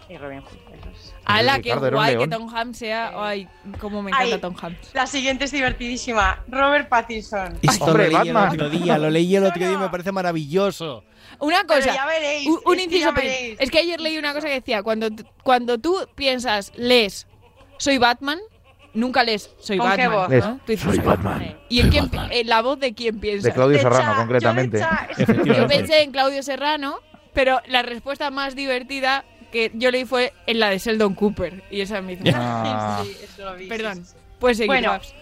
Speaker 6: Y Robin Hood, pues, eso es.
Speaker 12: Ala, qué
Speaker 2: Ricardo era un
Speaker 12: guay que
Speaker 2: león.
Speaker 12: Tom Hanks sea. Ay, cómo me encanta
Speaker 6: Eh, Ay.
Speaker 12: Tom Hanks.
Speaker 6: La siguiente es divertidísima. Robert Pattinson.
Speaker 1: Esto
Speaker 2: Ah, hombre,
Speaker 1: lo leí
Speaker 2: Batman.
Speaker 1: el otro día, lo leí el otro día y me parece maravilloso.
Speaker 12: Una
Speaker 6: Pero
Speaker 12: cosa.
Speaker 6: ya veréis.
Speaker 12: Un,
Speaker 6: es
Speaker 12: un
Speaker 6: que ya
Speaker 12: inciso, pero-
Speaker 6: veréis.
Speaker 12: es que ayer leí una cosa que decía, cuando, t- cuando tú piensas, lees, soy Batman, nunca lees, soy
Speaker 6: ¿Con qué
Speaker 12: Batman.
Speaker 6: voz?
Speaker 12: ¿no?
Speaker 2: Les-
Speaker 12: Tú dices,
Speaker 2: Soy
Speaker 6: Sí.
Speaker 2: Batman.
Speaker 12: ¿Y en, quién pi- en la voz de quién
Speaker 2: De
Speaker 12: piensas?
Speaker 2: Claudio
Speaker 6: De Cha,
Speaker 2: Serrano,
Speaker 6: yo de
Speaker 2: concretamente.
Speaker 6: Cha, es-
Speaker 12: Yo
Speaker 1: Efectivamente.
Speaker 12: pensé en Claudio Serrano, pero la respuesta más divertida que yo leí fue en la de Sheldon Cooper. Y esa me hizo-
Speaker 2: Ah.
Speaker 6: Sí, eso lo vi, sí,
Speaker 12: Perdón.
Speaker 6: sí, sí.
Speaker 12: Pues seguir,
Speaker 6: Bueno.
Speaker 12: Babs.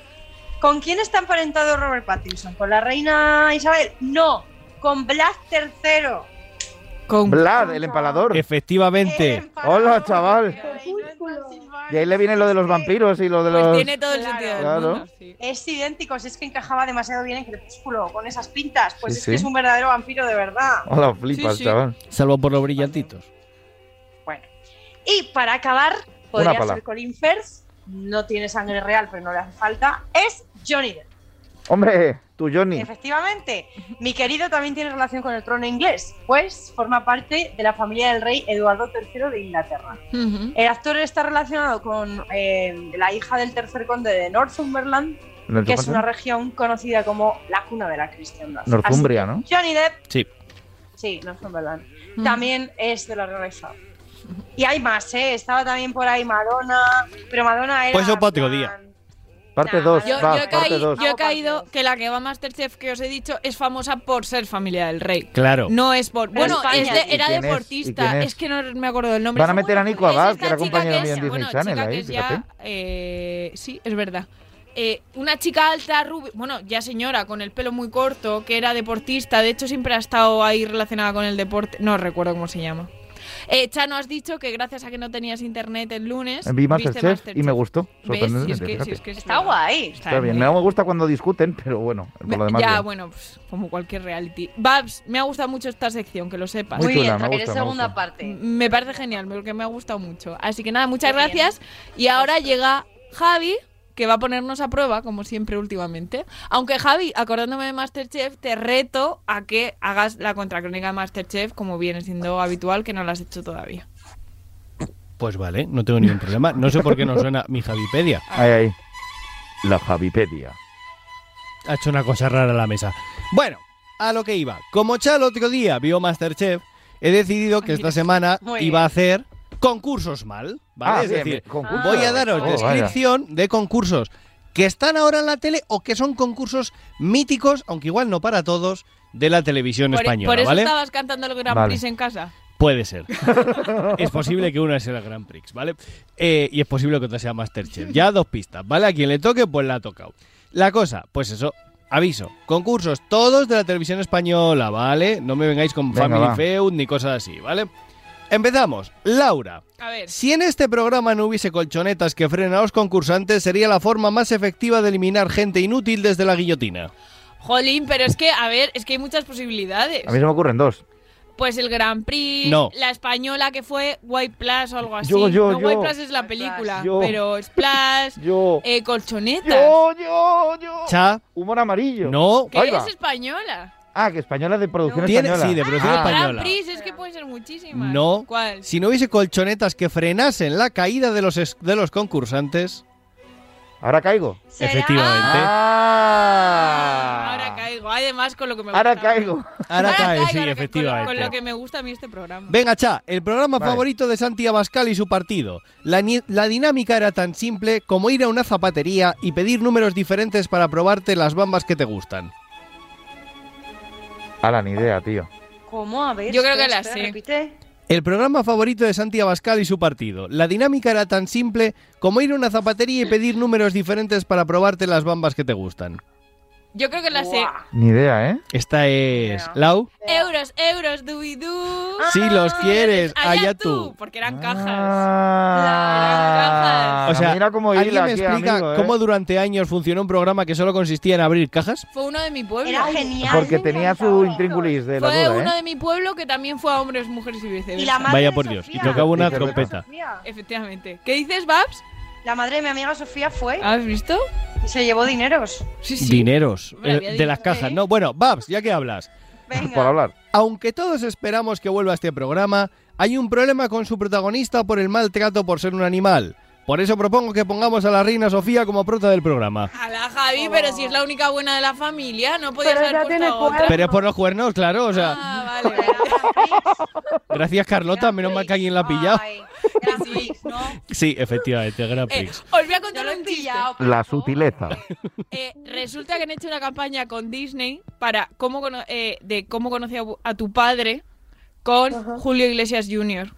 Speaker 6: ¿Con quién está emparentado Robert Pattinson? ¿Con la reina Isabel? No, con Blas III.
Speaker 12: Con-
Speaker 2: Vlad, el empalador.
Speaker 6: El
Speaker 1: Efectivamente.
Speaker 6: emperador
Speaker 2: Hola, chaval.
Speaker 6: de la reina Transilvania.
Speaker 2: Y ahí le viene lo de los vampiros y lo de
Speaker 12: pues
Speaker 2: los.
Speaker 12: tiene todo el
Speaker 6: Claro.
Speaker 12: sentido del
Speaker 2: Claro.
Speaker 12: mundo, sí.
Speaker 6: Es idéntico, si es que encajaba demasiado bien en Crepúsculo, con esas pintas. Pues
Speaker 2: Sí,
Speaker 6: es que
Speaker 2: sí.
Speaker 6: es un verdadero vampiro de verdad.
Speaker 2: Hola, flipas,
Speaker 12: Sí, sí.
Speaker 2: chaval.
Speaker 1: Salvo por los brillantitos.
Speaker 6: Bueno. Y para acabar, podría
Speaker 2: pala.
Speaker 6: ser Colin Firth. No tiene sangre real, pero no le hace falta. Es Johnny Depp.
Speaker 2: Hombre, tu Johnny.
Speaker 6: Efectivamente, mi querido también tiene relación con el trono inglés, pues forma parte de la familia del rey Eduardo III de Inglaterra.
Speaker 12: Ujú.
Speaker 6: El actor está relacionado con eh, la hija del tercer conde de Northumberland, que es una región conocida como la cuna de la cristiandad.
Speaker 2: Northumbria, ¿no?
Speaker 6: Así que Johnny Depp,
Speaker 1: Sí.
Speaker 6: sí, Northumberland, también es de la realeza. Y hay más, ¿eh? Estaba también por ahí Madonna, pero Madonna era...
Speaker 1: Pues eso para otro
Speaker 6: plan-
Speaker 1: día.
Speaker 2: Parte
Speaker 6: Nah,
Speaker 2: 2,
Speaker 12: Yo,
Speaker 6: Va,
Speaker 12: yo he
Speaker 6: parte
Speaker 12: caí-
Speaker 6: dos.
Speaker 12: yo he
Speaker 6: Hago parte
Speaker 12: caído
Speaker 6: dos.
Speaker 12: que la que va a Masterchef que os he dicho es famosa por ser familia del rey.
Speaker 1: Claro.
Speaker 12: No es por.
Speaker 6: Pero
Speaker 12: bueno,
Speaker 6: España,
Speaker 12: es de-
Speaker 6: ¿y
Speaker 12: era
Speaker 2: quién es? ¿Y
Speaker 12: deportista.
Speaker 2: quién
Speaker 12: Es?
Speaker 2: es?
Speaker 12: que no me acuerdo del nombre.
Speaker 2: Van a meter a Nico
Speaker 12: Es
Speaker 2: Abad,
Speaker 12: esta
Speaker 2: que era
Speaker 12: chica
Speaker 2: compañero
Speaker 12: que
Speaker 2: mío
Speaker 12: es-
Speaker 2: en Disney
Speaker 12: bueno,
Speaker 2: Channel.
Speaker 12: chica que
Speaker 2: Ahí,
Speaker 12: es ya,
Speaker 2: fíjate.
Speaker 12: eh, sí, es verdad. Eh, una chica alta, rubia, bueno, ya señora, con el pelo muy corto, que era deportista, de hecho siempre ha estado ahí relacionada con el deporte, no recuerdo cómo se llama. Eh, Chano, has dicho que gracias a que no tenías internet el lunes,
Speaker 2: Vi
Speaker 12: viste
Speaker 2: Masterchef y me gustó.
Speaker 12: ¿Ves? Si es
Speaker 2: Sorprendentemente,
Speaker 12: que- si
Speaker 2: fíjate.
Speaker 12: es que es
Speaker 6: Está
Speaker 12: verdad.
Speaker 6: guay.
Speaker 2: Está bien, no me gusta cuando discuten, pero bueno, por lo demás.
Speaker 12: ya,
Speaker 2: bien.
Speaker 12: bueno, pues, como cualquier reality. Babs, me ha gustado mucho esta sección, que lo sepas.
Speaker 2: Muy Muy bien, chula, Ah, me Raquel, gusta, me segunda gusta.
Speaker 12: parte. Me parece genial, porque me ha gustado mucho. Así que nada, muchas gracias. Y ahora llega Javi, que va a ponernos a prueba, como siempre últimamente. Aunque Javi, acordándome de Masterchef, te reto a que hagas la contracrónica de Masterchef, como viene siendo habitual, que no la has hecho todavía.
Speaker 1: Pues vale, no tengo ningún problema. No sé por qué no suena mi Javipedia.
Speaker 2: Ahí, ahí. La Javipedia.
Speaker 1: Ha hecho una cosa rara la mesa. Bueno, a lo que iba. Como Chal otro día vio Masterchef, he decidido que esta semana
Speaker 2: Muy
Speaker 1: iba a hacer concursos mal. ¿vale?
Speaker 2: Ah,
Speaker 1: es
Speaker 2: bien,
Speaker 1: decir,
Speaker 2: bien, concursos.
Speaker 1: voy a daros
Speaker 2: Oh, vaya.
Speaker 1: descripción de concursos que están ahora en la tele o que son concursos míticos, aunque igual no para todos, de la televisión
Speaker 12: por, e-
Speaker 1: española.
Speaker 12: por eso
Speaker 1: ¿vale?
Speaker 12: estabas cantando el Grand
Speaker 1: Vale.
Speaker 12: Prix en casa.
Speaker 1: Puede ser. es posible que una sea la Grand Prix, ¿vale? Eh, y es posible que otra sea Masterchef. Ya dos pistas, ¿vale? A quien le toque, pues la ha tocado. La cosa, pues eso, aviso. Concursos todos de la televisión española, ¿vale? No me vengáis con
Speaker 2: Venga,
Speaker 1: Family
Speaker 2: va.
Speaker 1: Feud ni cosas así, ¿vale? Empezamos. Laura.
Speaker 12: A ver.
Speaker 1: Si en este programa no hubiese colchonetas que frenan a los concursantes, sería la forma más efectiva de eliminar gente inútil desde la guillotina.
Speaker 12: Jolín, pero es que, a ver, es que hay muchas posibilidades.
Speaker 2: A mí se me ocurren dos.
Speaker 12: Pues el Grand Prix,
Speaker 2: No.
Speaker 12: la española que fue White Plus o algo así.
Speaker 2: Yo, yo,
Speaker 12: no,
Speaker 2: yo.
Speaker 12: White Plus es la película,
Speaker 2: Yo.
Speaker 12: pero Splash,
Speaker 2: Yo.
Speaker 12: eh, colchonetas.
Speaker 2: Yo, yo, yo.
Speaker 1: Cha.
Speaker 2: Humor amarillo.
Speaker 1: No.
Speaker 12: Que
Speaker 2: Ahí va.
Speaker 12: es española.
Speaker 2: Ah, que española de producción
Speaker 1: Tiene-
Speaker 2: española.
Speaker 1: sí, de producción
Speaker 2: Ah.
Speaker 12: Grand
Speaker 1: española.
Speaker 12: Prix es que pueden ser muchísimas.
Speaker 1: No.
Speaker 12: ¿Cuál?
Speaker 1: Si no hubiese colchonetas que frenasen la caída de los, es- de los concursantes.
Speaker 2: Ahora caigo.
Speaker 1: Efectivamente.
Speaker 12: Ah. Ahora caigo. Además, con lo que me
Speaker 2: Ahora
Speaker 12: gusta.
Speaker 2: caigo.
Speaker 1: Ahora cae, sí,
Speaker 12: Con, con lo
Speaker 1: efectivamente.
Speaker 12: que me gusta a mí este programa.
Speaker 1: Venga, cha, el programa
Speaker 12: Vale.
Speaker 1: favorito de Santi Abascal y su partido. La, ni- la dinámica era tan simple como ir a una zapatería y pedir números diferentes para probarte las bambas que te gustan.
Speaker 2: Ala, ni idea, tío.
Speaker 6: ¿Cómo? A ver.
Speaker 12: Yo creo
Speaker 6: espera,
Speaker 12: que la
Speaker 6: espera,
Speaker 12: sé.
Speaker 15: Eh,
Speaker 6: Repite.
Speaker 1: El programa favorito de Santi Abascal y su partido. La dinámica era tan simple como ir a una zapatería y pedir números diferentes para probarte las bambas que te gustan.
Speaker 12: Yo creo que la sé.
Speaker 2: Ni idea, ¿eh?
Speaker 1: Esta es Lau.
Speaker 12: Euros, euros, du y du.
Speaker 1: Si los quieres, allá tú.
Speaker 12: Porque eran cajas.
Speaker 2: Ah,
Speaker 1: O sea,
Speaker 2: mira cómo
Speaker 1: ¿alguien
Speaker 2: hila
Speaker 1: me
Speaker 2: aquí,
Speaker 1: explica
Speaker 2: amigo, ¿eh?
Speaker 1: cómo durante años funcionó un programa que solo consistía en abrir cajas?
Speaker 12: Fue uno de mi pueblo.
Speaker 6: Era genial.
Speaker 2: Porque tenía su intríngulis de la
Speaker 12: Fue
Speaker 2: duda,
Speaker 12: uno
Speaker 2: ¿eh?
Speaker 12: de mi pueblo que también fue a hombres, mujeres y viceversa.
Speaker 6: Y la madre
Speaker 1: Vaya
Speaker 6: de
Speaker 1: por Dios, y
Speaker 6: Sofía.
Speaker 1: tocaba una
Speaker 6: Y que
Speaker 1: trompeta.
Speaker 12: Efectivamente. ¿Qué dices, Babs?
Speaker 6: La madre de mi amiga Sofía fue.
Speaker 12: ¿Has visto?
Speaker 6: Y se llevó dineros.
Speaker 1: Dineros
Speaker 6: Me lo
Speaker 1: eh,
Speaker 6: había
Speaker 1: de
Speaker 6: dicho,
Speaker 1: las cajas,
Speaker 6: ¿eh?
Speaker 1: ¿no? Bueno, Babs, ya que hablas.
Speaker 2: Por hablar.
Speaker 1: Aunque todos esperamos que vuelva este programa, hay un problema con su protagonista por el maltrato por ser un animal. Por eso propongo que pongamos a la reina Sofía como prota del programa.
Speaker 12: A la Javi, pero si es la única buena de la familia, no podías
Speaker 15: Pero
Speaker 12: haber
Speaker 15: ya
Speaker 12: puesto
Speaker 15: tiene
Speaker 12: a otra. Ah,
Speaker 1: Pero es por los cuernos, claro, o sea.
Speaker 6: Ah,
Speaker 1: Gracias, Carlota, menos mal que alguien la ha pillado.
Speaker 12: Sí.
Speaker 1: Sí, efectivamente, Grand
Speaker 12: Eh,
Speaker 1: Prix.
Speaker 12: os voy a contar un chiste.
Speaker 2: La sutileza.
Speaker 12: Eh, resulta que han hecho una campaña con Disney para cómo cono- eh, de cómo conocí a, bu- a tu padre con Julio Iglesias Jr.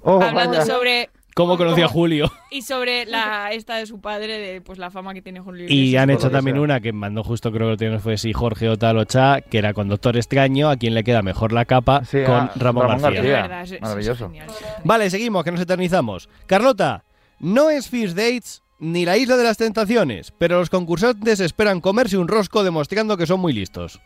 Speaker 1: Oh,
Speaker 12: hablando
Speaker 1: vaya.
Speaker 12: sobre
Speaker 1: ¿Cómo conocí a Julio?
Speaker 12: y sobre la esta de su padre de pues la fama que tiene Julio Iglesias.
Speaker 1: Y han hecho
Speaker 12: Por lo que
Speaker 1: también
Speaker 12: sea.
Speaker 1: una que mandó justo, creo que lo tiene, fue si Jorge o tal o Cha, que era con Doctor Extraño, a quien le queda mejor la capa, con
Speaker 2: ah,
Speaker 1: Ramón,
Speaker 2: Ramón
Speaker 1: García.
Speaker 2: García. Es verdad, eso- eso Maravilloso. es
Speaker 1: Vale, seguimos, que nos eternizamos. Carlota, no es First Dates ni la Isla de las Tentaciones, pero los concursantes esperan comerse un rosco demostrando que son muy listos.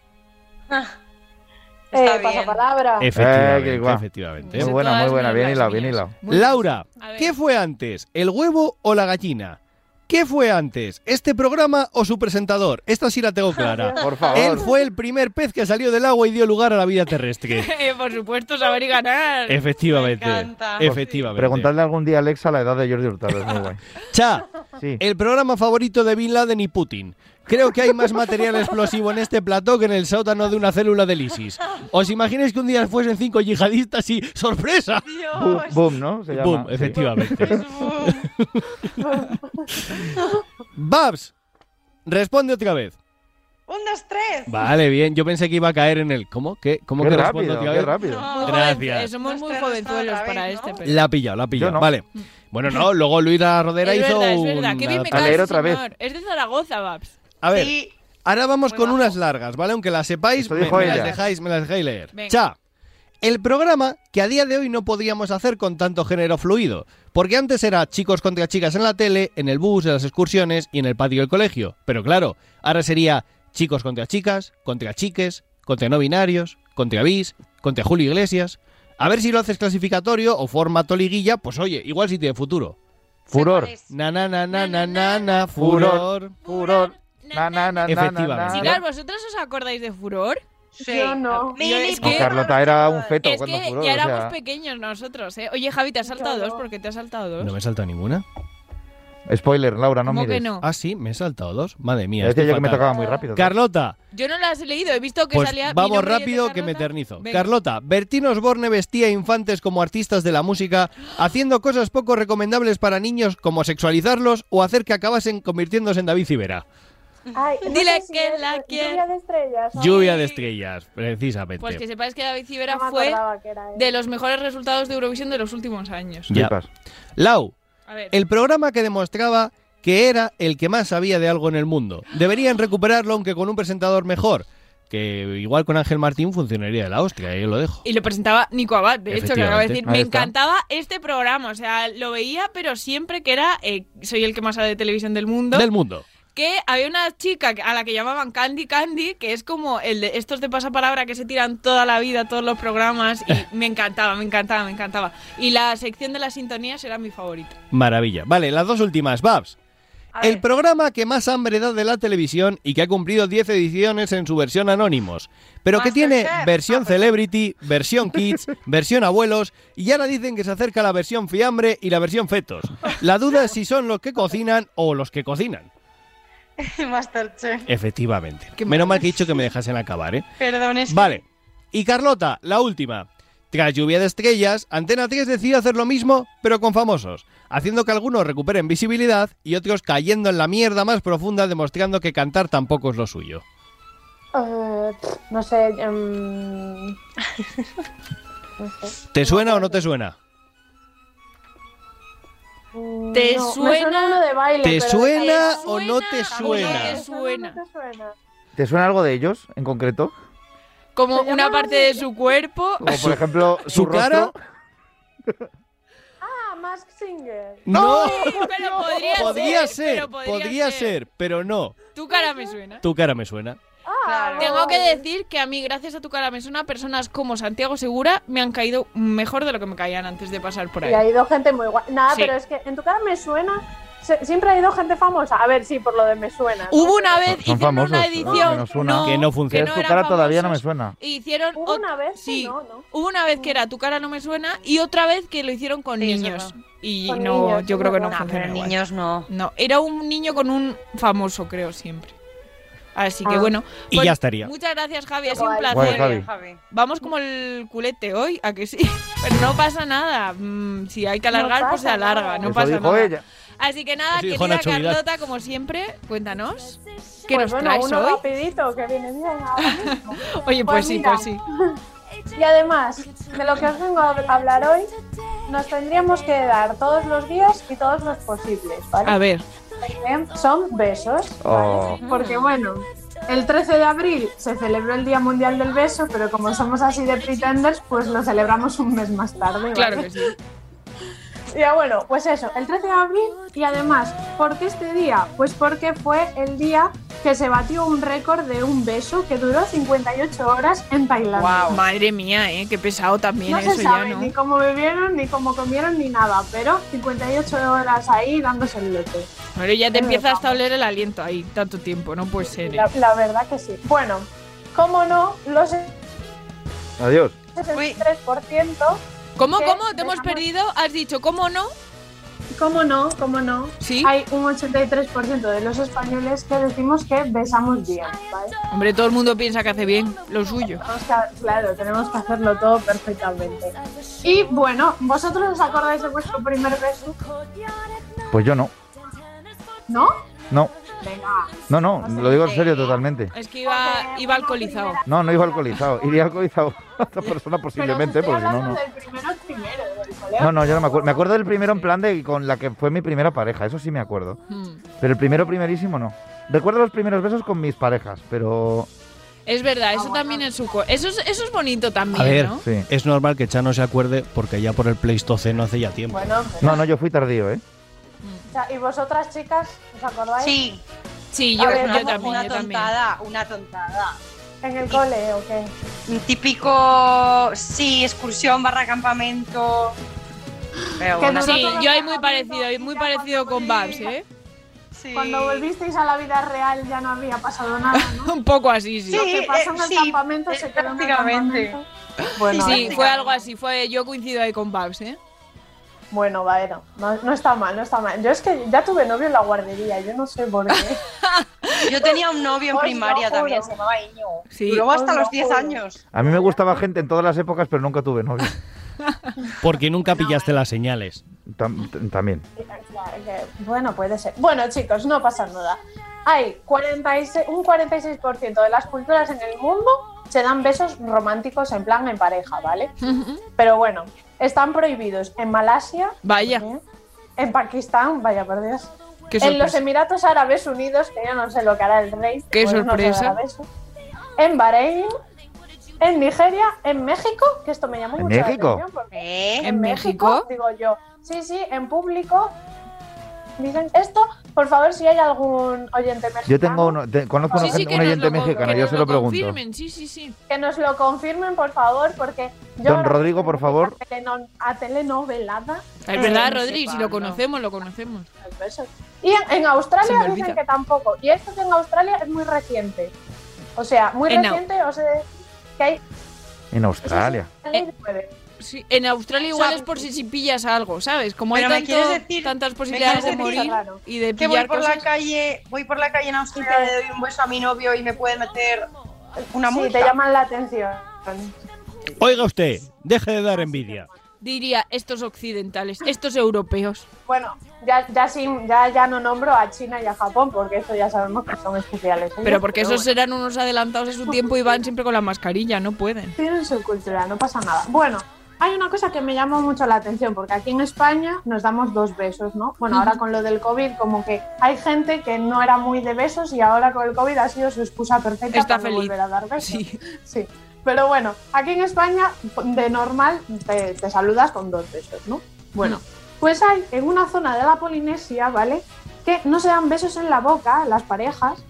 Speaker 15: Eh, pasapalabra.
Speaker 1: Efectivamente,
Speaker 2: qué guay.
Speaker 1: efectivamente.
Speaker 2: Muy buena, muy buena. Bien hilado, bien hilado.
Speaker 1: Laura, ¿qué fue antes, el huevo o la gallina? ¿Qué fue antes, este programa o su presentador? Esta sí la tengo clara.
Speaker 2: Por favor.
Speaker 1: Él fue el primer pez que salió del agua y dio lugar a la vida terrestre.
Speaker 12: Eh, por supuesto, saber y ganar.
Speaker 1: Efectivamente.
Speaker 12: Me encanta.
Speaker 1: Efectivamente.
Speaker 2: Preguntadle algún día a Alexa la edad de Jordi Hurtado. Es muy guay.
Speaker 1: Cha, el programa favorito de Bin Laden y Putin. Creo que hay más material explosivo en este plató que en el sótano de una célula del ISIS. ¿Os imagináis que un día fuesen cinco yihadistas y ¡sorpresa!
Speaker 2: Boom, boom, ¿no? Se llama.
Speaker 1: Boom,
Speaker 2: Sí.
Speaker 1: efectivamente. Babs, responde otra vez.
Speaker 6: Un, dos, tres.
Speaker 1: Vale, bien. Yo pensé que iba a caer en el. ¿Cómo? ¿Qué? ¿Cómo
Speaker 2: Qué
Speaker 1: que respondo
Speaker 2: rápido,
Speaker 1: otra
Speaker 2: qué
Speaker 1: vez?
Speaker 2: rápido.
Speaker 12: Muy joven- eh,
Speaker 1: Gracias.
Speaker 12: somos muy jovenzuelos para este. pero-
Speaker 1: La ha pillado, la ha pillado.
Speaker 2: Yo no.
Speaker 1: Vale. Bueno, no, luego Luisa Rodera
Speaker 12: es
Speaker 1: hizo
Speaker 12: verdad, es verdad. Qué bien me
Speaker 1: una-
Speaker 12: cae ese señor. Es de Zaragoza, Babs.
Speaker 1: A ver, ahora vamos con unas largas, ¿vale? Aunque las sepáis, me,
Speaker 2: dijo
Speaker 1: me las
Speaker 2: ella.
Speaker 1: dejáis, me las dejáis leer.
Speaker 12: Venga.
Speaker 1: Cha. El programa que a día de hoy no podríamos hacer con tanto género fluido, porque antes era chicos contra chicas en la tele, en el bus, en las excursiones y en el patio del colegio. Pero claro, ahora sería chicos contra chicas, contra chiques, contra no binarios, contra bis, contra Julio Iglesias. A ver si lo haces clasificatorio o formato liguilla, pues oye, igual si tiene futuro.
Speaker 2: Furor.
Speaker 1: Na na na na na na na, furor.
Speaker 2: Furor. Na, na, na, na,
Speaker 1: Efectivamente.
Speaker 2: na, na.
Speaker 12: Chicas, ¿vosotros os acordáis de Furor?
Speaker 15: Sí. Yo no.
Speaker 12: Yo es
Speaker 2: Y
Speaker 12: que,
Speaker 2: Carlota era un feto
Speaker 12: es
Speaker 2: cuando
Speaker 12: que
Speaker 2: furor.
Speaker 12: ya
Speaker 2: o sea,
Speaker 12: éramos pequeños nosotros, ¿eh? Oye, Javi, ¿te has saltado dos? ¿Por qué te has saltado dos?
Speaker 1: No me he saltado ninguna.
Speaker 2: Spoiler, Laura, no
Speaker 12: ¿Cómo
Speaker 2: mires.
Speaker 12: que no?
Speaker 1: Ah, sí, me he saltado dos. Madre mía.
Speaker 2: Decía
Speaker 1: estoy
Speaker 2: yo que me
Speaker 1: fatal.
Speaker 2: tocaba muy rápido.
Speaker 1: Carlota,
Speaker 12: Yo no las he leído, he visto que
Speaker 1: pues
Speaker 12: salía. mi
Speaker 1: vamos
Speaker 12: nombre y el de
Speaker 1: rápido que
Speaker 12: Carlota.
Speaker 1: me eternizo.
Speaker 12: Venga.
Speaker 1: Carlota, Bertín Osborne vestía a infantes como artistas de la música, haciendo cosas poco recomendables para niños como sexualizarlos o hacer que acabasen convirtiéndose en David Civera.
Speaker 15: Ay, no
Speaker 12: Dile
Speaker 15: sé si
Speaker 12: que
Speaker 15: es
Speaker 12: la
Speaker 15: lluvia
Speaker 12: quiere.
Speaker 15: de estrellas. ¿no?
Speaker 1: Lluvia de estrellas, precisamente.
Speaker 12: Pues que sepáis que David Civera
Speaker 15: No me
Speaker 12: fue
Speaker 15: acordaba que era él.
Speaker 12: de los mejores resultados de Eurovisión de los últimos años.
Speaker 1: Ya. Lau,
Speaker 12: A ver.
Speaker 1: el programa que demostraba que era el que más sabía de algo en el mundo. Deberían recuperarlo, aunque con un presentador mejor. Que igual con Ángel Martín funcionaría de la hostia, ahí lo dejo.
Speaker 12: Y lo presentaba Nico Abad, de hecho, que acaba de decir.
Speaker 1: Efectivamente. Ahí
Speaker 12: Me
Speaker 1: está.
Speaker 12: encantaba este programa, o sea, lo veía, pero siempre que era, eh, soy el que más sabe de televisión del mundo.
Speaker 1: Del mundo.
Speaker 12: que había una chica a la que llamaban Candy Candy, que es como el de estos de pasapalabra que se tiran toda la vida, todos los programas, y me encantaba, me encantaba, me encantaba. Y la sección de las sintonías era mi favorita.
Speaker 1: Maravilla. Vale, las dos últimas, Babs. El programa que más hambre da de la televisión y que ha cumplido 10 ediciones en su versión Anónimos, pero que tiene versión Celebrity, versión Kids, versión Abuelos y ahora dicen que se acerca la versión Fiambre y la versión Fetos. La duda es si son los que cocinan o los que cocinan.
Speaker 6: Masterchef.
Speaker 1: Efectivamente. Menos mal que he dicho que me dejasen acabar, ¿eh?
Speaker 6: Perdón, es que-
Speaker 1: Vale. Y Carlota, la última. Tras lluvia de estrellas, Antena 3 decidió hacer lo mismo, pero con famosos, haciendo que algunos recuperen visibilidad y otros cayendo en la mierda más profunda, demostrando que cantar tampoco es lo suyo.
Speaker 6: Oh,
Speaker 15: Eh, pff, no sé. em, no sé.
Speaker 1: ¿Te suena o no te suena?
Speaker 15: Mm,
Speaker 12: ¿Te
Speaker 15: no, me
Speaker 12: suena?
Speaker 15: uno de baile,
Speaker 1: ¿Te
Speaker 15: pero de
Speaker 1: suena
Speaker 15: baile no.
Speaker 1: o no te
Speaker 12: ¿Qué
Speaker 1: suena?
Speaker 12: suena?
Speaker 2: ¿Te suena algo de ellos en concreto?
Speaker 12: Como una parte de su cuerpo.
Speaker 2: Como por ejemplo,
Speaker 1: ¿Su cara?
Speaker 15: Ah, Mask Singer.
Speaker 1: ¡No!
Speaker 12: Sí, pero podría,
Speaker 1: Podría
Speaker 12: pero
Speaker 1: ser, podría ser, pero no.
Speaker 12: Tu cara me suena.
Speaker 1: Tu cara me suena.
Speaker 15: Ah,
Speaker 12: Tengo que decir que a mí, gracias a tu cara me suena, personas como Santiago Segura me han caído mejor de lo que me caían antes de pasar por
Speaker 15: Y ha
Speaker 12: ahí.
Speaker 15: ido gente muy guay. Nada,
Speaker 12: Sí.
Speaker 15: pero es que en tu cara me suena. se- siempre ha ido gente famosa. A ver, sí, por lo de me suena.
Speaker 12: Hubo una vez,
Speaker 2: Son
Speaker 12: hicieron
Speaker 2: famosos.
Speaker 12: una
Speaker 2: ¿no?
Speaker 12: edición
Speaker 2: Menos una.
Speaker 1: Que no funciona.
Speaker 2: Que
Speaker 12: no
Speaker 2: es tu
Speaker 12: eran
Speaker 2: cara todavía no me
Speaker 12: famosos.
Speaker 2: suena.
Speaker 12: E hicieron
Speaker 15: Hubo
Speaker 12: ot-
Speaker 15: una vez que
Speaker 12: sí,
Speaker 15: no, ¿no?
Speaker 12: Hubo una vez que era tu cara no me suena y otra vez que lo hicieron con
Speaker 6: Sí, es
Speaker 12: niños.
Speaker 6: verdad.
Speaker 12: Y
Speaker 15: Con
Speaker 12: no,
Speaker 15: niños,
Speaker 12: yo
Speaker 15: es
Speaker 12: creo que no
Speaker 15: verdad.
Speaker 6: No,
Speaker 12: funciona
Speaker 6: pero
Speaker 12: igual.
Speaker 6: niños no.
Speaker 12: No, era un niño con un famoso, creo, siempre. Así que
Speaker 15: Ah.
Speaker 12: bueno.
Speaker 1: Y
Speaker 12: pues,
Speaker 1: ya estaría.
Speaker 12: Muchas gracias, Javi. Ha sido un
Speaker 15: Guay.
Speaker 12: placer.
Speaker 2: Guay, Javi.
Speaker 12: Vamos como el culete hoy, a que sí. Pero no pasa nada. Mm, si hay que
Speaker 15: No
Speaker 12: alargar, pues
Speaker 15: pasa
Speaker 12: se alarga.
Speaker 15: nada.
Speaker 12: No
Speaker 2: Eso
Speaker 12: pasa
Speaker 2: dijo
Speaker 12: nada.
Speaker 2: ella.
Speaker 12: Así que nada,
Speaker 1: Eso dijo
Speaker 12: querida
Speaker 1: Nacho Vidal.
Speaker 12: Carlota, como siempre, cuéntanos. ¿Qué
Speaker 15: Pues
Speaker 12: nos
Speaker 15: bueno,
Speaker 12: traes
Speaker 15: uno
Speaker 12: hoy?
Speaker 15: rapidito, que viene bien ahora mismo.
Speaker 12: Oye, pues,
Speaker 15: Pues
Speaker 12: sí,
Speaker 15: mira.
Speaker 12: pues sí.
Speaker 15: Y además, de lo que os vengo a hablar hoy, nos tendríamos que dar todos los días y todos los posibles, ¿vale?
Speaker 12: A ver.
Speaker 15: Bien, Son besos.
Speaker 2: Oh.
Speaker 15: Porque bueno, el 13 de abril se celebró el Día Mundial del Beso, pero como somos así de pretenders, pues lo celebramos un mes más tarde. ¿vale?
Speaker 12: Claro que sí.
Speaker 15: Ya bueno, pues eso, el 13 de abril y además, ¿por qué este día? Pues porque fue el día que se batió un récord de un beso que duró 58 horas en Tailandia.
Speaker 12: Madre mía, ¿eh? Qué pesado también
Speaker 15: No
Speaker 12: eso
Speaker 15: se
Speaker 12: ya,
Speaker 15: sabe
Speaker 12: ¿no?
Speaker 15: ni cómo bebieron, ni cómo comieron, ni nada, pero 58 horas ahí dándose el lote.
Speaker 12: Pero ya te
Speaker 15: Pero
Speaker 12: empieza
Speaker 15: vamos.
Speaker 12: hasta a oler el aliento ahí, tanto tiempo, no puede ser. ¿eh?
Speaker 15: La, la verdad que sí. Bueno, cómo no, los
Speaker 2: Adiós.
Speaker 15: 63%,
Speaker 12: ¿Cómo,
Speaker 15: ¿Qué?
Speaker 12: cómo? ¿Te hemos
Speaker 15: Dejamos-
Speaker 12: perdido? ¿Has dicho cómo no?
Speaker 15: cómo no, cómo no,
Speaker 12: Sí.
Speaker 15: hay un 83% de los españoles que decimos que besamos bien, ¿vale?
Speaker 12: Hombre, todo el mundo piensa que hace bien lo suyo.
Speaker 15: O sea, claro, tenemos que hacerlo todo perfectamente. Y bueno, ¿vosotros os acordáis de vuestro primer beso?
Speaker 2: Pues yo no.
Speaker 15: ¿No?
Speaker 2: No,
Speaker 15: Venga.
Speaker 2: no, no. Lo digo en serio totalmente.
Speaker 12: Es que iba, iba alcoholizado.
Speaker 2: No, no iba alcoholizado. Iría alcoholizado a otra persona
Speaker 15: Pero os
Speaker 2: posiblemente,
Speaker 15: estoy
Speaker 2: porque no,
Speaker 15: hablando
Speaker 2: no.
Speaker 15: del primero primero, del colegio.
Speaker 2: No, no, yo no me acuerdo. Me acuerdo del primero en plan de con la que fue mi primera pareja, eso sí me acuerdo.
Speaker 12: Mm.
Speaker 2: Pero el primero primerísimo no. Recuerdo los primeros besos con mis parejas, pero
Speaker 12: Es verdad, eso también es su co- eso es, eso es bonito también,
Speaker 1: A ver,
Speaker 12: ¿no?
Speaker 1: es normal que Chano se acuerde porque ya por el Pleistoceno hace ya tiempo.
Speaker 15: Bueno,
Speaker 2: No, no, yo fui tardío, ¿eh?
Speaker 15: o sea, ¿y vosotras, chicas, os acordáis?
Speaker 6: Sí.
Speaker 12: Sí,
Speaker 6: A
Speaker 12: yo-
Speaker 6: ver,
Speaker 12: yo
Speaker 6: ¿cómo?
Speaker 12: también,
Speaker 6: Una
Speaker 12: yo también.
Speaker 6: tontada, una tontada.
Speaker 15: ¿En el cole o qué?
Speaker 6: Un típico, sí, excursión barra campamento. Pero bueno.
Speaker 12: sí, yo hay muy parecido, muy parecido con Babs, ¿eh?
Speaker 15: Cuando volvisteis a la vida real ya no había pasado nada, ¿no?
Speaker 12: Un poco así, sí.
Speaker 15: Lo que pasó
Speaker 6: eh,
Speaker 15: en el
Speaker 6: sí,
Speaker 15: campamento se quedó en el
Speaker 6: prácticamente.
Speaker 15: campamento.
Speaker 12: Bueno,
Speaker 15: Bueno,
Speaker 12: sí,
Speaker 15: eh.
Speaker 12: fue algo así, fue yo coincido ahí con Babs, ¿eh?
Speaker 15: Bueno, bueno, no, no está mal, no está mal. Yo es que ya tuve novio en la guardería, yo no sé por qué.
Speaker 6: Yo tenía un novio en
Speaker 15: Os lo
Speaker 6: primaria
Speaker 15: juro.
Speaker 6: también, se llamaba Iño.
Speaker 15: Sí.
Speaker 6: Duró hasta
Speaker 15: Os lo
Speaker 6: los 10
Speaker 15: juro.
Speaker 6: años.
Speaker 2: A mí me gustaba gente en todas las épocas, pero nunca tuve novio.
Speaker 1: Porque nunca pillaste las señales.
Speaker 2: también.
Speaker 15: Que, Bueno, puede ser. Bueno, chicos, no pasa nada. Hay 46, un 46% de las culturas en el mundo se dan besos románticos en plan en pareja, ¿vale? Pero bueno, están prohibidos en Malasia.
Speaker 12: Vaya.
Speaker 15: En Pakistán, vaya por Dios.
Speaker 12: Qué
Speaker 15: en los
Speaker 12: sorpresa.
Speaker 15: Emiratos Árabes Unidos, que yo no sé lo que hará el rey.
Speaker 12: Qué
Speaker 15: pues no se
Speaker 12: sorpresa.
Speaker 15: dará besos. En Bahrein, en Nigeria, en México, que esto me llamó
Speaker 2: ¿En
Speaker 15: mucho la
Speaker 2: México?
Speaker 15: atención porque
Speaker 6: ¿Eh?
Speaker 12: ¿En
Speaker 15: en México, digo yo. Sí, sí, en público. Dicen esto, por favor, si hay algún oyente mexicano.
Speaker 2: Yo tengo uno, te- conozco
Speaker 15: Sí,
Speaker 2: una
Speaker 15: sí,
Speaker 2: gente-
Speaker 15: que
Speaker 2: un
Speaker 15: nos
Speaker 2: oyente
Speaker 15: lo con-
Speaker 2: mexicano,
Speaker 15: que
Speaker 2: yo
Speaker 15: nos
Speaker 2: se
Speaker 15: lo
Speaker 2: lo pregunto.
Speaker 12: sí, sí, sí.
Speaker 15: Que nos lo confirmen, por favor, porque yo
Speaker 2: Don Rodrigo, por favor.
Speaker 15: a, teleno- a telenovelada.
Speaker 12: Es verdad,
Speaker 15: Eh,
Speaker 12: Rodri, si
Speaker 15: sepa,
Speaker 12: lo
Speaker 15: ¿no?
Speaker 12: conocemos, lo conocemos.
Speaker 15: Y en, en
Speaker 12: Se
Speaker 15: Australia
Speaker 12: me
Speaker 15: dicen
Speaker 12: olvida.
Speaker 15: que tampoco. Y esto que en Australia es muy reciente. O sea, muy
Speaker 12: En Au-
Speaker 15: reciente, o sea, que hay
Speaker 2: En Australia.
Speaker 12: Sí, en Australia igual es por si, si pillas algo, ¿sabes? Como hay
Speaker 6: Pero me
Speaker 12: tanto-
Speaker 6: quieres decir-
Speaker 12: tantas
Speaker 6: me
Speaker 12: posibilidades de
Speaker 6: quieres decir
Speaker 12: morir y de
Speaker 6: Que voy
Speaker 12: pillar
Speaker 6: por
Speaker 12: cosas.
Speaker 6: la calle, voy por la calle en Australia, le doy un beso a mi novio y me pueden meter una
Speaker 15: Sí,
Speaker 6: multa.
Speaker 15: te llaman la atención.
Speaker 1: Oiga usted, deje de dar envidia.
Speaker 12: Diría estos occidentales, estos europeos.
Speaker 15: Bueno, ya, ya, sin- ya, ya no nombro a China y a Japón, porque eso ya sabemos que son especiales. ellos,
Speaker 12: Pero porque esos
Speaker 15: bueno,
Speaker 12: serán unos adelantados a su tiempo y van siempre con la mascarilla, no pueden.
Speaker 15: tienen su cultura, no pasa nada. Bueno, hay una cosa que me llamó mucho la atención, porque aquí en España nos damos dos besos, ¿no? Bueno, ahora con lo del COVID, como que hay gente que no era muy de besos y ahora con el COVID ha sido su excusa perfecta para
Speaker 12: Está
Speaker 15: no
Speaker 12: feliz.
Speaker 15: volver a dar besos.
Speaker 12: Sí.
Speaker 15: Sí. Pero bueno, aquí en España, de normal, te, te saludas con dos besos, ¿no? Bueno.
Speaker 12: Mm.
Speaker 15: Pues hay en una zona de la Polinesia, ¿vale? Que no se dan besos en la boca las parejas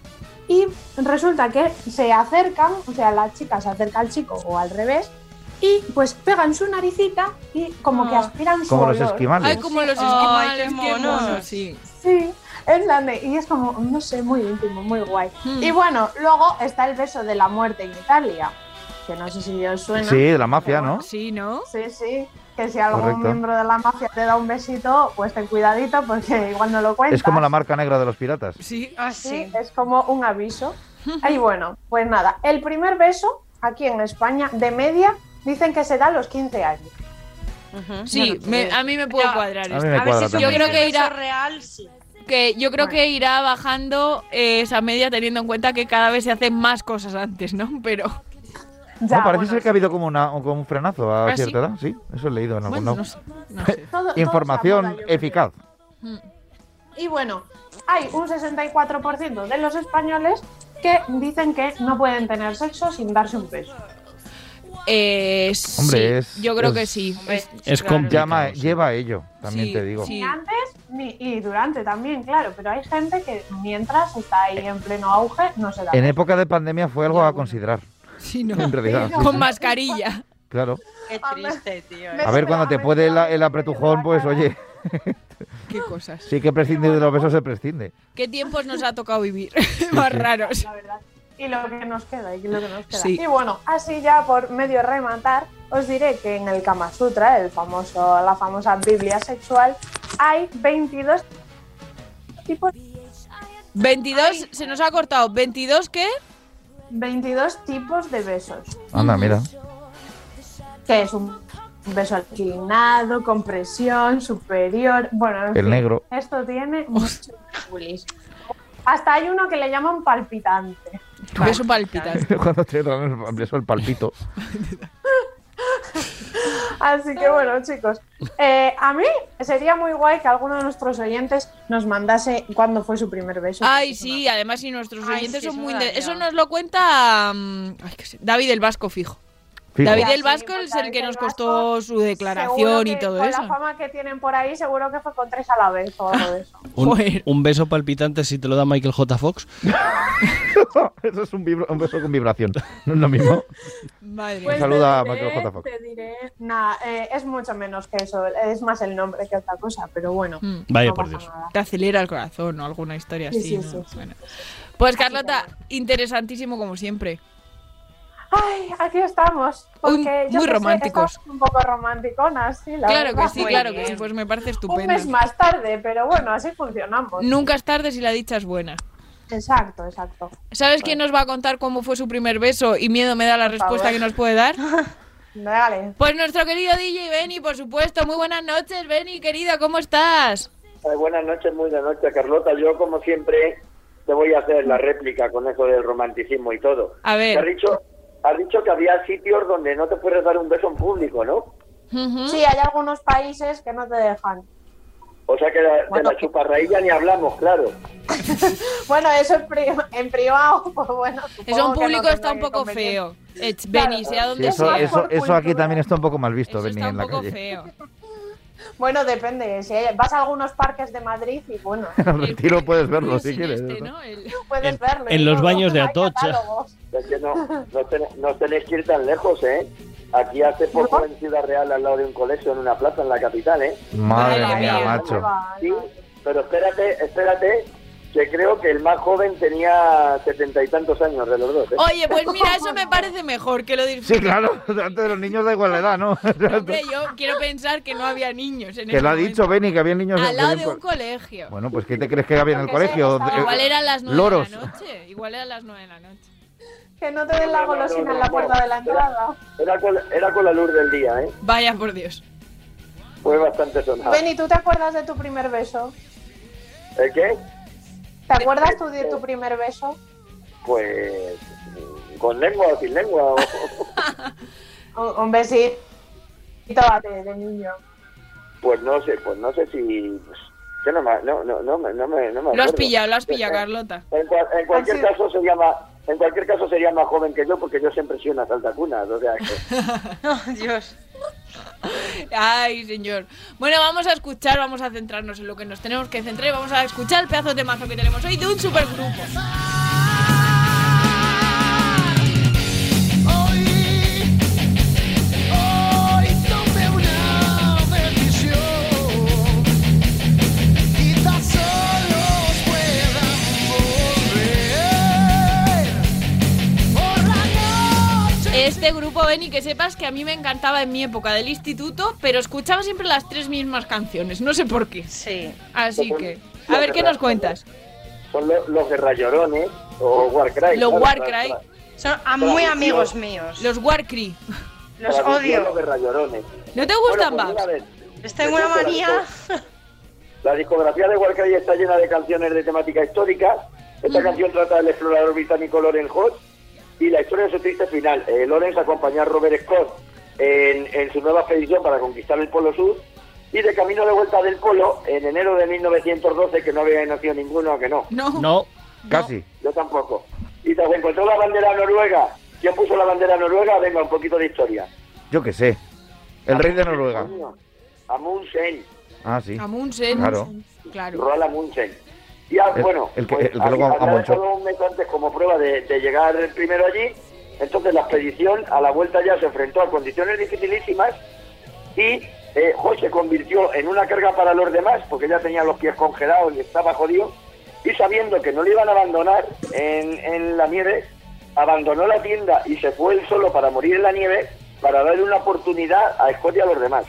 Speaker 15: y resulta que se acercan, o sea, la chica se acerca al chico o al revés y pues pegan su naricita y como que aspiran su
Speaker 2: Como los
Speaker 15: olor.
Speaker 2: esquimales. Ay,
Speaker 12: como los
Speaker 6: Ay,
Speaker 12: esquimales,
Speaker 6: qué
Speaker 12: qué
Speaker 6: monos.
Speaker 12: monos, sí.
Speaker 15: Sí, es grande y es como, no sé, muy íntimo, muy guay.
Speaker 12: Mm.
Speaker 15: Y bueno, luego está el beso de la muerte en Italia, que no sé si os suena.
Speaker 2: Sí, de la mafia, ¿no?
Speaker 12: Sí, ¿no?
Speaker 15: Sí, sí, que si algún
Speaker 2: Correcto.
Speaker 15: miembro de la mafia te da un besito, pues ten cuidadito porque igual no lo cuentas.
Speaker 2: Es como la marca negra de los piratas.
Speaker 12: Sí,
Speaker 15: Sí, es como un aviso. Y bueno, pues nada, el primer beso aquí en España, de media, dicen que se da a los 15 años.
Speaker 12: Sí, me- a mí me puede cuadrar.
Speaker 2: A mí
Speaker 12: esto.
Speaker 2: me cuadra
Speaker 12: yo
Speaker 2: también.
Speaker 12: creo que
Speaker 6: Eso
Speaker 12: irá,
Speaker 6: real, sí.
Speaker 12: que yo creo que irá bajando eh, esa media teniendo en cuenta que cada vez se hacen más cosas antes, ¿no? Pero
Speaker 15: Ya,
Speaker 2: no, parece
Speaker 15: bueno,
Speaker 2: ser que ha habido como, una, como un frenazo a
Speaker 12: ¿Ah, sí?
Speaker 2: cierta edad, sí, eso he leído en algún
Speaker 12: bueno,
Speaker 2: lado.
Speaker 12: no sé, no sé.
Speaker 15: todo- todo
Speaker 2: Información
Speaker 15: se aborda, yo creo.
Speaker 2: eficaz.
Speaker 15: Y bueno, hay un 64% de los españoles que dicen que no pueden tener sexo sin darse un beso.
Speaker 12: Eh, sí,
Speaker 2: Hombre, es-
Speaker 12: yo creo
Speaker 2: es-
Speaker 12: que sí. Es-
Speaker 1: Es complicado.
Speaker 2: Llama- eh, lleva a ello, también
Speaker 12: Sí,
Speaker 2: te digo.
Speaker 12: sí.
Speaker 15: Ni antes ni, y durante también, claro, pero hay gente que mientras está ahí en pleno auge no se da.
Speaker 2: En época de pandemia fue algo a considerar.
Speaker 12: Sí, no.
Speaker 2: En realidad, sí,
Speaker 12: Con
Speaker 2: sí.
Speaker 12: mascarilla.
Speaker 2: Claro.
Speaker 6: Qué triste, tío. eh.
Speaker 15: Me
Speaker 2: A ver, cuando te puede el, el apretujón, pues oye,
Speaker 12: Qué cosas.
Speaker 2: sí que prescindir de los besos se prescinde.
Speaker 12: Qué tiempos nos ha tocado vivir. Más
Speaker 2: sí.
Speaker 12: raros.
Speaker 15: la verdad. Y lo que nos queda, y lo que nos queda.
Speaker 12: Sí.
Speaker 15: Y bueno, así ya por medio rematar, os diré que en el Kama Sutra, el famoso, la famosa Biblia sexual, hay 22 tipos,
Speaker 12: 22, se nos ha cortado. ¿22 qué?
Speaker 15: 22 tipos de besos.
Speaker 2: Anda, mira.
Speaker 15: Que es un beso inclinado, compresión, superior. Bueno, en
Speaker 2: El negro.
Speaker 15: Esto tiene muchos bulis. Hasta hay uno que le llaman palpitante.
Speaker 12: Beso palpitante.
Speaker 2: cuando te dan el beso el palpito.
Speaker 15: Así que bueno, chicos, eh, a mí sería muy guay que alguno de nuestros oyentes nos mandase cuándo fue su primer beso.
Speaker 12: Ay, sí, además, y nuestros
Speaker 15: Ay,
Speaker 12: oyentes
Speaker 15: sí,
Speaker 12: son
Speaker 15: eso
Speaker 12: muy.
Speaker 15: da
Speaker 12: inte-
Speaker 15: miedo.
Speaker 12: Eso nos lo cuenta. mm, ay, que sé, David el Vasco, fijo.
Speaker 2: Fijo.
Speaker 12: David
Speaker 15: Ya,
Speaker 12: el
Speaker 15: sí,
Speaker 12: Vasco es el que nos costó su declaración
Speaker 15: Seguro que
Speaker 12: y todo
Speaker 15: con
Speaker 12: eso.
Speaker 15: la fama que tienen por ahí, seguro que fue con tres a la vez o algo de eso.
Speaker 1: Un, un beso palpitante si te lo da Michael J. Fox.
Speaker 2: Eso es un, vibro- un beso con vibración. No es lo mismo.
Speaker 12: Madre
Speaker 15: Pues
Speaker 2: Un saludo a Michael J. Fox.
Speaker 15: Te diré, nada, eh, es mucho menos que eso, es más el nombre que otra cosa, pero bueno.
Speaker 1: Vaya
Speaker 15: no
Speaker 1: por
Speaker 15: pasa
Speaker 1: Dios.
Speaker 15: nada.
Speaker 12: Hmm. Te acelera el corazón o alguna historia
Speaker 15: Sí,
Speaker 12: así.
Speaker 15: sí,
Speaker 12: ¿no?
Speaker 15: sí, sí.
Speaker 12: Bueno. Pues Carlota, interesantísimo como siempre.
Speaker 15: Ay, aquí estamos. Porque
Speaker 12: Un-
Speaker 15: yo
Speaker 12: muy
Speaker 15: qué sé,
Speaker 12: románticos.
Speaker 15: estamos un poco romanticonas, sí, la
Speaker 12: claro que
Speaker 15: verdad.
Speaker 12: sí, claro que sí, pues me parece
Speaker 15: Un
Speaker 12: estupendo.
Speaker 15: mes más tarde, pero bueno, así funcionamos.
Speaker 12: Nunca es tarde si la dicha es buena.
Speaker 15: Exacto, exacto. Pues
Speaker 12: ¿Sabes quién nos va a contar cómo fue su primer beso y miedo me da la respuesta
Speaker 15: favor.
Speaker 12: que nos puede dar?
Speaker 15: Dale.
Speaker 12: Pues nuestro querido DJ Benny, por supuesto. Muy buenas noches, Benny, querida, ¿cómo estás?
Speaker 13: Ay, buenas noches, muy buenas noches, Carlota. Yo, como siempre, te voy a hacer la réplica con eso del romanticismo y todo.
Speaker 12: A ver.
Speaker 13: Has dicho, has dicho que había sitios donde no te puedes dar un beso en público, ¿no?
Speaker 12: ¿Mm?
Speaker 15: Sí, hay algunos países que no te dejan.
Speaker 13: O sea que de la, de la chuparraílla ni hablamos, claro.
Speaker 15: Bueno, eso en, pri- en privado, pues bueno.
Speaker 12: Eso en
Speaker 15: supongo que
Speaker 12: público
Speaker 15: no
Speaker 12: está
Speaker 15: tendrá
Speaker 12: un
Speaker 15: que
Speaker 12: poco
Speaker 15: convenir.
Speaker 12: feo. Ech, Benny, sea
Speaker 2: Sí,
Speaker 12: donde
Speaker 2: eso,
Speaker 12: sea.
Speaker 2: eso, eso aquí también está un poco mal visto, Benny,
Speaker 12: está
Speaker 2: en
Speaker 12: un
Speaker 2: la
Speaker 12: poco
Speaker 2: calle.
Speaker 12: feo.
Speaker 15: Bueno, depende. Si hay- vas a algunos parques de Madrid y bueno,
Speaker 2: En el retiro puedes verlo si quieres.
Speaker 12: este,
Speaker 2: ¿no?
Speaker 15: puedes verlo. eh,
Speaker 1: en
Speaker 15: y
Speaker 1: los
Speaker 15: no-
Speaker 1: baños de
Speaker 15: no hay
Speaker 1: Atocha.
Speaker 15: catálogos.
Speaker 13: Es que no, no, ten- no tenéis que ir tan lejos, ¿eh? Aquí hace poco en Ciudad Real, al lado de un colegio, en una plaza en la capital, ¿eh?
Speaker 2: Madre
Speaker 13: Vale,
Speaker 2: mía,
Speaker 13: vale,
Speaker 2: macho.
Speaker 13: Sí, pero espérate, espérate, que creo que el más joven tenía setenta y tantos años de los dos, ¿eh?
Speaker 12: Oye, pues mira, eso me parece mejor que lo disfrutes.
Speaker 2: Sí, claro, antes de los niños da igual la edad, ¿no?
Speaker 12: Hombre, yo quiero pensar que no había niños en
Speaker 2: que
Speaker 12: ese
Speaker 2: lo ha
Speaker 12: momento.
Speaker 2: dicho Benny, que había niños en-
Speaker 12: Al lado
Speaker 2: en-
Speaker 12: de un colegio.
Speaker 2: Bueno, pues ¿qué te crees que había en el
Speaker 12: Yo qué sé,
Speaker 2: colegio?
Speaker 12: estaba-
Speaker 2: Eh,
Speaker 12: Igual eran las nueve
Speaker 2: Loros.
Speaker 12: de la noche. Igual eran las nueve de la noche.
Speaker 15: Que no te den la golosina en la puerta de la entrada.
Speaker 13: Era con, era con la luz del día, ¿eh?
Speaker 12: Vaya por Dios.
Speaker 13: Fue bastante sonado.
Speaker 15: Benny, ¿tú te acuerdas de tu primer beso?
Speaker 13: ¿El qué?
Speaker 15: ¿Te acuerdas tú de tu primer beso?
Speaker 13: Pues con lengua o sin lengua. o-
Speaker 15: Un, un besito de, de niño.
Speaker 13: pues no sé, pues no sé si... pues, yo no me, no, no, no, me- no me, no me
Speaker 12: Lo has
Speaker 13: acuerdo.
Speaker 12: pillado, lo has pillado,
Speaker 13: En-
Speaker 12: Carlota.
Speaker 13: En, cua- en cualquier caso sería más... En cualquier caso sería más joven que yo porque yo siempre soy una saltacuna, o sea que...
Speaker 12: Dios. Ay, señor. Bueno, vamos a escuchar, vamos a centrarnos en lo que nos tenemos que centrar y vamos a escuchar el pedazo de mazo que tenemos hoy de un supergrupo.
Speaker 16: Hoy, hoy tomé una decisión. Quizás solo pueda volver. Por la
Speaker 12: Este grupo, Benny, que sepas que a mí me encantaba en mi época del instituto, pero escuchaba siempre las tres mismas canciones, no sé por qué. Sí. Así que, a ver, ¿qué nos cuentas?
Speaker 13: Son lo- los de Rayorones o Warcry.
Speaker 12: Los
Speaker 13: claro,
Speaker 12: Warcry.
Speaker 13: claro,
Speaker 12: Son
Speaker 13: a- muy amigos míos.
Speaker 12: Los Warcry.
Speaker 13: claro. Traducción, Los de Rayorones.
Speaker 12: ¿No te gustan,
Speaker 13: Bueno, pues,
Speaker 12: Babs?
Speaker 13: mira, a ver,
Speaker 18: Les tengo una
Speaker 13: Resulta
Speaker 18: manía.
Speaker 13: La discografía de Warcry está llena de canciones de temática histórica. Esta canción trata del explorador británico Loren Hodge y la historia de su triste final. Eh, Lorenz acompañó a Robert Scott en, en su nueva expedición para conquistar el Polo Sur y de camino de vuelta del Polo, en enero de 1912, que no había nacido ninguno, ¿a que no?
Speaker 1: No.
Speaker 2: Casi.
Speaker 13: Yo tampoco. Y tras encontró la bandera noruega. ¿Quién puso la bandera noruega? Venga, un poquito de historia.
Speaker 2: Yo qué sé. El rey de Noruega.
Speaker 13: Amundsen.
Speaker 2: Ah, sí.
Speaker 12: Amundsen.
Speaker 2: Claro.
Speaker 12: Claro.
Speaker 13: Roald Amundsen. Y ah,
Speaker 2: El-
Speaker 13: bueno,
Speaker 2: el que-
Speaker 13: pues,
Speaker 2: el que luego
Speaker 13: había- había
Speaker 2: amonchó.
Speaker 13: dejado un mes antes como prueba de, de llegar primero allí. Entonces la expedición a la vuelta ya se enfrentó a condiciones dificilísimas y eh, Hoy se convirtió en una carga para los demás porque ya tenía los pies congelados y estaba jodido. Y sabiendo que no le iban a abandonar en, en la nieve, abandonó la tienda y se fue él solo para morir en la nieve para darle una oportunidad a Scott y a los demás.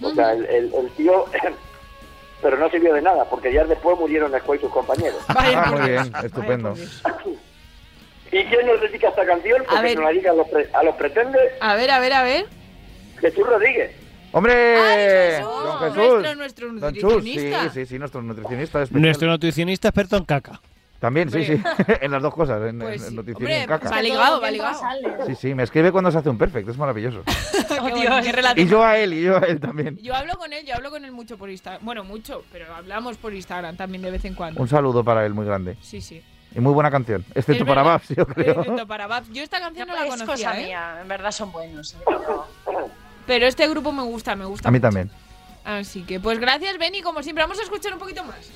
Speaker 13: O sea, el, el- el tío, pero no sirvió de nada, porque ya después murieron Scott y sus compañeros.
Speaker 2: Ah, muy bien, estupendo.
Speaker 13: ¿Y quién nos dedica esta canción? Porque nos la dedica a los, pre- a los pretendes
Speaker 12: A ver, a ver, a ver.
Speaker 13: Jesús Rodríguez.
Speaker 2: ¡Hombre! Eh, Don Jesús.
Speaker 12: Nuestro, nuestro
Speaker 2: Don Chus, sí,
Speaker 12: nutricionista.
Speaker 2: sí, sí, nuestro nutricionista. especial.
Speaker 1: Nuestro nutricionista experto en caca.
Speaker 2: También, sí, sí.
Speaker 12: Hombre.
Speaker 2: en las dos cosas, en,
Speaker 12: Pues
Speaker 2: en
Speaker 12: sí.
Speaker 2: noticiero y
Speaker 12: Hombre,
Speaker 2: en caca.
Speaker 12: va ligado, va ligado.
Speaker 2: Sí, sí, me escribe cuando se hace un perfecto, es maravilloso.
Speaker 12: Qué bueno, Oh, qué relativo.
Speaker 2: Y yo a él, y yo a él también.
Speaker 12: Yo hablo con él, yo hablo con él mucho por Instagram. Bueno, mucho, pero hablamos por Instagram también de vez en cuando.
Speaker 2: Un saludo para él muy grande.
Speaker 12: Sí, sí.
Speaker 2: Y muy buena canción, excepto
Speaker 12: Es
Speaker 2: para
Speaker 12: verdad.
Speaker 2: Babs, yo creo.
Speaker 12: Excepto para Babs. Yo esta canción no, la
Speaker 6: es
Speaker 12: conocía,
Speaker 6: cosa
Speaker 12: ¿eh?
Speaker 6: mía, en verdad son buenos. ¿eh?
Speaker 12: Pero este grupo me gusta, me gusta.
Speaker 2: A mí
Speaker 12: mucho.
Speaker 2: también.
Speaker 12: Así que, pues gracias, Benny. Como siempre, vamos a escuchar un poquito más.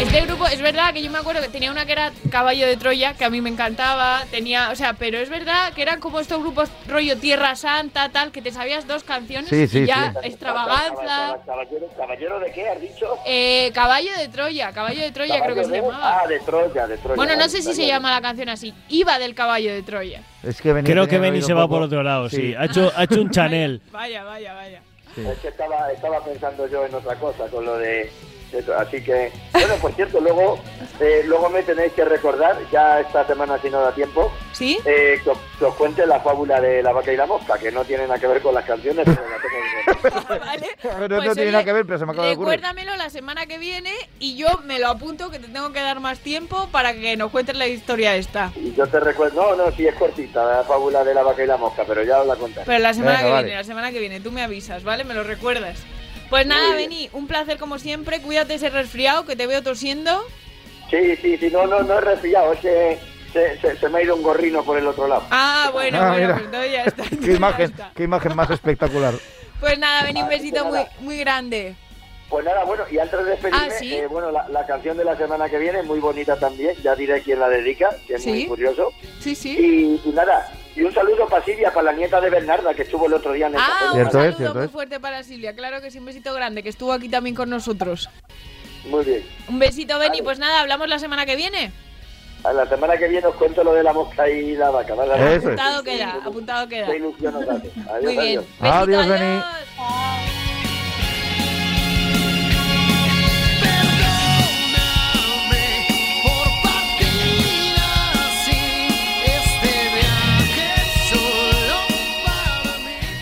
Speaker 12: Este grupo, es verdad que yo me acuerdo que tenía una que era Caballo de Troya, que a mí me encantaba, tenía, o sea, pero es verdad que eran como estos grupos rollo Tierra Santa, tal, que te sabías dos canciones
Speaker 2: Sí, sí,
Speaker 12: y ya
Speaker 2: sí.
Speaker 12: extravaganza.
Speaker 16: Caballero, caballero de qué has dicho?
Speaker 12: Eh, Caballo de Troya, Caballo de Troya creo que se
Speaker 16: Caballo de-
Speaker 12: llamaba.
Speaker 16: Ah, de Troya, de Troya.
Speaker 12: Bueno, no
Speaker 16: vale,
Speaker 12: sé si
Speaker 16: vale.
Speaker 12: se llama la canción así. Iba del Caballo de Troya.
Speaker 2: Es que Benny
Speaker 1: Creo que
Speaker 2: tenía el
Speaker 1: Benny
Speaker 2: oído
Speaker 1: se
Speaker 2: un
Speaker 1: va
Speaker 2: poco-
Speaker 1: por otro lado, sí. Ha, hecho, ha hecho un Chanel.
Speaker 12: Vaya, vaya, vaya.
Speaker 16: Es que estaba, estaba pensando yo en otra cosa con lo de... eso, Así que, bueno, por cierto, luego eh, luego me tenéis que recordar, ya esta semana si no da tiempo,
Speaker 12: ¿Sí?
Speaker 16: eh, que, os, que os cuente la fábula de la vaca y la mosca, que no tiene nada que ver con las canciones, pero la tengo que contar.
Speaker 2: No, no
Speaker 12: Pues,
Speaker 2: tiene
Speaker 12: oye,
Speaker 2: nada que ver, pero se me acaba de ocurrir.
Speaker 12: Recuérdamelo la semana que viene y yo me lo apunto que te tengo que dar más tiempo para que nos cuentes la historia esta.
Speaker 16: Y yo te recuerdo, no, no, sí es cortita, la fábula de la vaca y la mosca, pero ya os la contaré.
Speaker 12: Pero la semana que viene, la semana que viene, tú me avisas, ¿vale? Me lo recuerdas. Pues nada, Beni, un placer como siempre. Cuídate ese resfriado que te veo tosiendo.
Speaker 16: Sí, sí, sí, no, no, no he resfriado, es que se, se- se me ha ido un gorrino por el otro lado.
Speaker 12: Ah, bueno,
Speaker 2: Ah,
Speaker 12: bueno,
Speaker 2: mira.
Speaker 12: pues entonces ya está.
Speaker 2: Qué imagen, qué imagen más espectacular.
Speaker 12: Pues nada, Beni, un
Speaker 16: Vale,
Speaker 12: besito
Speaker 16: pues
Speaker 12: muy,
Speaker 16: nada.
Speaker 12: muy grande.
Speaker 16: Pues nada, bueno, y antes de despedirme,
Speaker 12: Ah, ¿sí?
Speaker 16: eh, bueno, la, la canción de la semana que viene, muy bonita también, ya diré quién la dedica, que es muy
Speaker 12: ¿Sí?
Speaker 16: curioso.
Speaker 12: Sí, sí.
Speaker 16: Y, y nada, y un saludo para Silvia, para la nieta de Bernarda, que estuvo el otro día en el
Speaker 12: Ah,
Speaker 16: café.
Speaker 12: un
Speaker 2: Cierto eh?
Speaker 12: saludo
Speaker 2: es, cierto
Speaker 12: muy
Speaker 2: es.
Speaker 12: fuerte para Silvia, claro que sí, un besito grande, que estuvo aquí también con nosotros.
Speaker 16: Muy bien.
Speaker 12: Un besito, Beni, pues nada, hablamos la semana que viene.
Speaker 16: A la semana que viene os cuento lo de la mosca y la vaca, ¿vale?
Speaker 2: Eso es.
Speaker 12: Apuntado queda, apuntado queda.
Speaker 16: Qué ilusión os hace. Adiós,
Speaker 12: Muy bien.
Speaker 16: adiós.
Speaker 2: Adiós, Beni.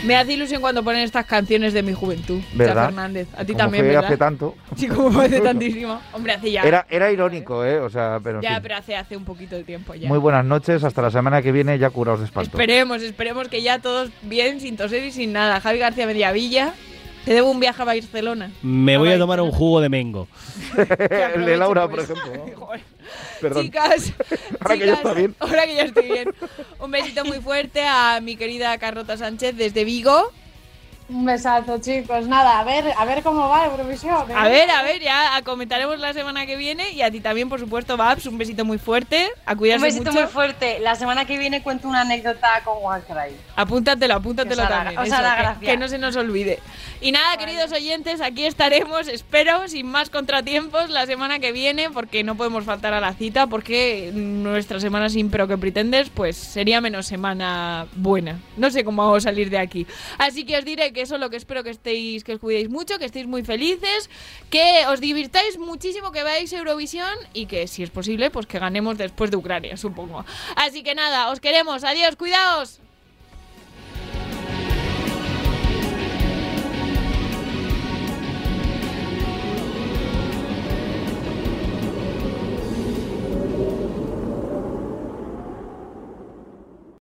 Speaker 12: Me hace ilusión cuando ponen estas canciones de mi juventud.
Speaker 2: ¿Verdad?
Speaker 12: Cha Fernández. A ti
Speaker 2: Como
Speaker 12: también,
Speaker 2: fue
Speaker 12: ¿verdad?
Speaker 2: hace tanto.
Speaker 12: Sí, como fue hace tantísimo. Hombre, hace ya.
Speaker 2: Era, era irónico, ¿eh? O sea, pero. en
Speaker 12: ya,
Speaker 2: fin.
Speaker 12: pero hace, hace un poquito de tiempo ya.
Speaker 2: Muy buenas noches, hasta la semana que viene, ya curaos de espanto.
Speaker 12: Esperemos, esperemos que ya todos bien, sin toser y sin nada. Javi García Mediavilla, te debo un viaje a Barcelona.
Speaker 1: Me voy a tomar un jugo de mengo.
Speaker 2: El de Laura, por ejemplo. Perdón.
Speaker 12: Chicas,
Speaker 2: Ahora que ya
Speaker 12: chicas,
Speaker 2: está bien.
Speaker 12: ahora que ya estoy bien. Un besito muy fuerte a mi querida Carlota Sánchez desde Vigo.
Speaker 15: Un besazo, chicos. Nada, a ver, a ver cómo va Eurovisión. ¿eh?
Speaker 12: A ver, a ver, ya comentaremos la semana que viene y a ti también, por supuesto, Babs, un besito muy fuerte, a
Speaker 6: Un
Speaker 12: cuidarse
Speaker 6: besito
Speaker 12: mucho.
Speaker 6: muy fuerte. La semana que viene cuento una anécdota con Wildcry.
Speaker 12: Apúntatelo, apúntatelo
Speaker 6: Que os hará-
Speaker 12: también.
Speaker 6: os hará
Speaker 12: que-
Speaker 6: gracia.
Speaker 12: Que, no se nos olvide. Y nada, queridos oyentes, aquí estaremos, espero, sin más contratiempos, la semana que viene, porque no podemos faltar a la cita, porque nuestra semana sin pero que pretendes, pues sería menos semana buena. No sé cómo vamos a salir de aquí. Así que os diré que eso es lo que espero que estéis, que os cuidéis mucho, que estéis muy felices, que os divirtáis muchísimo, que veáis Eurovisión y que, si es posible, pues que ganemos después de Ucrania, supongo. Así que nada, os queremos, adiós, cuidaos.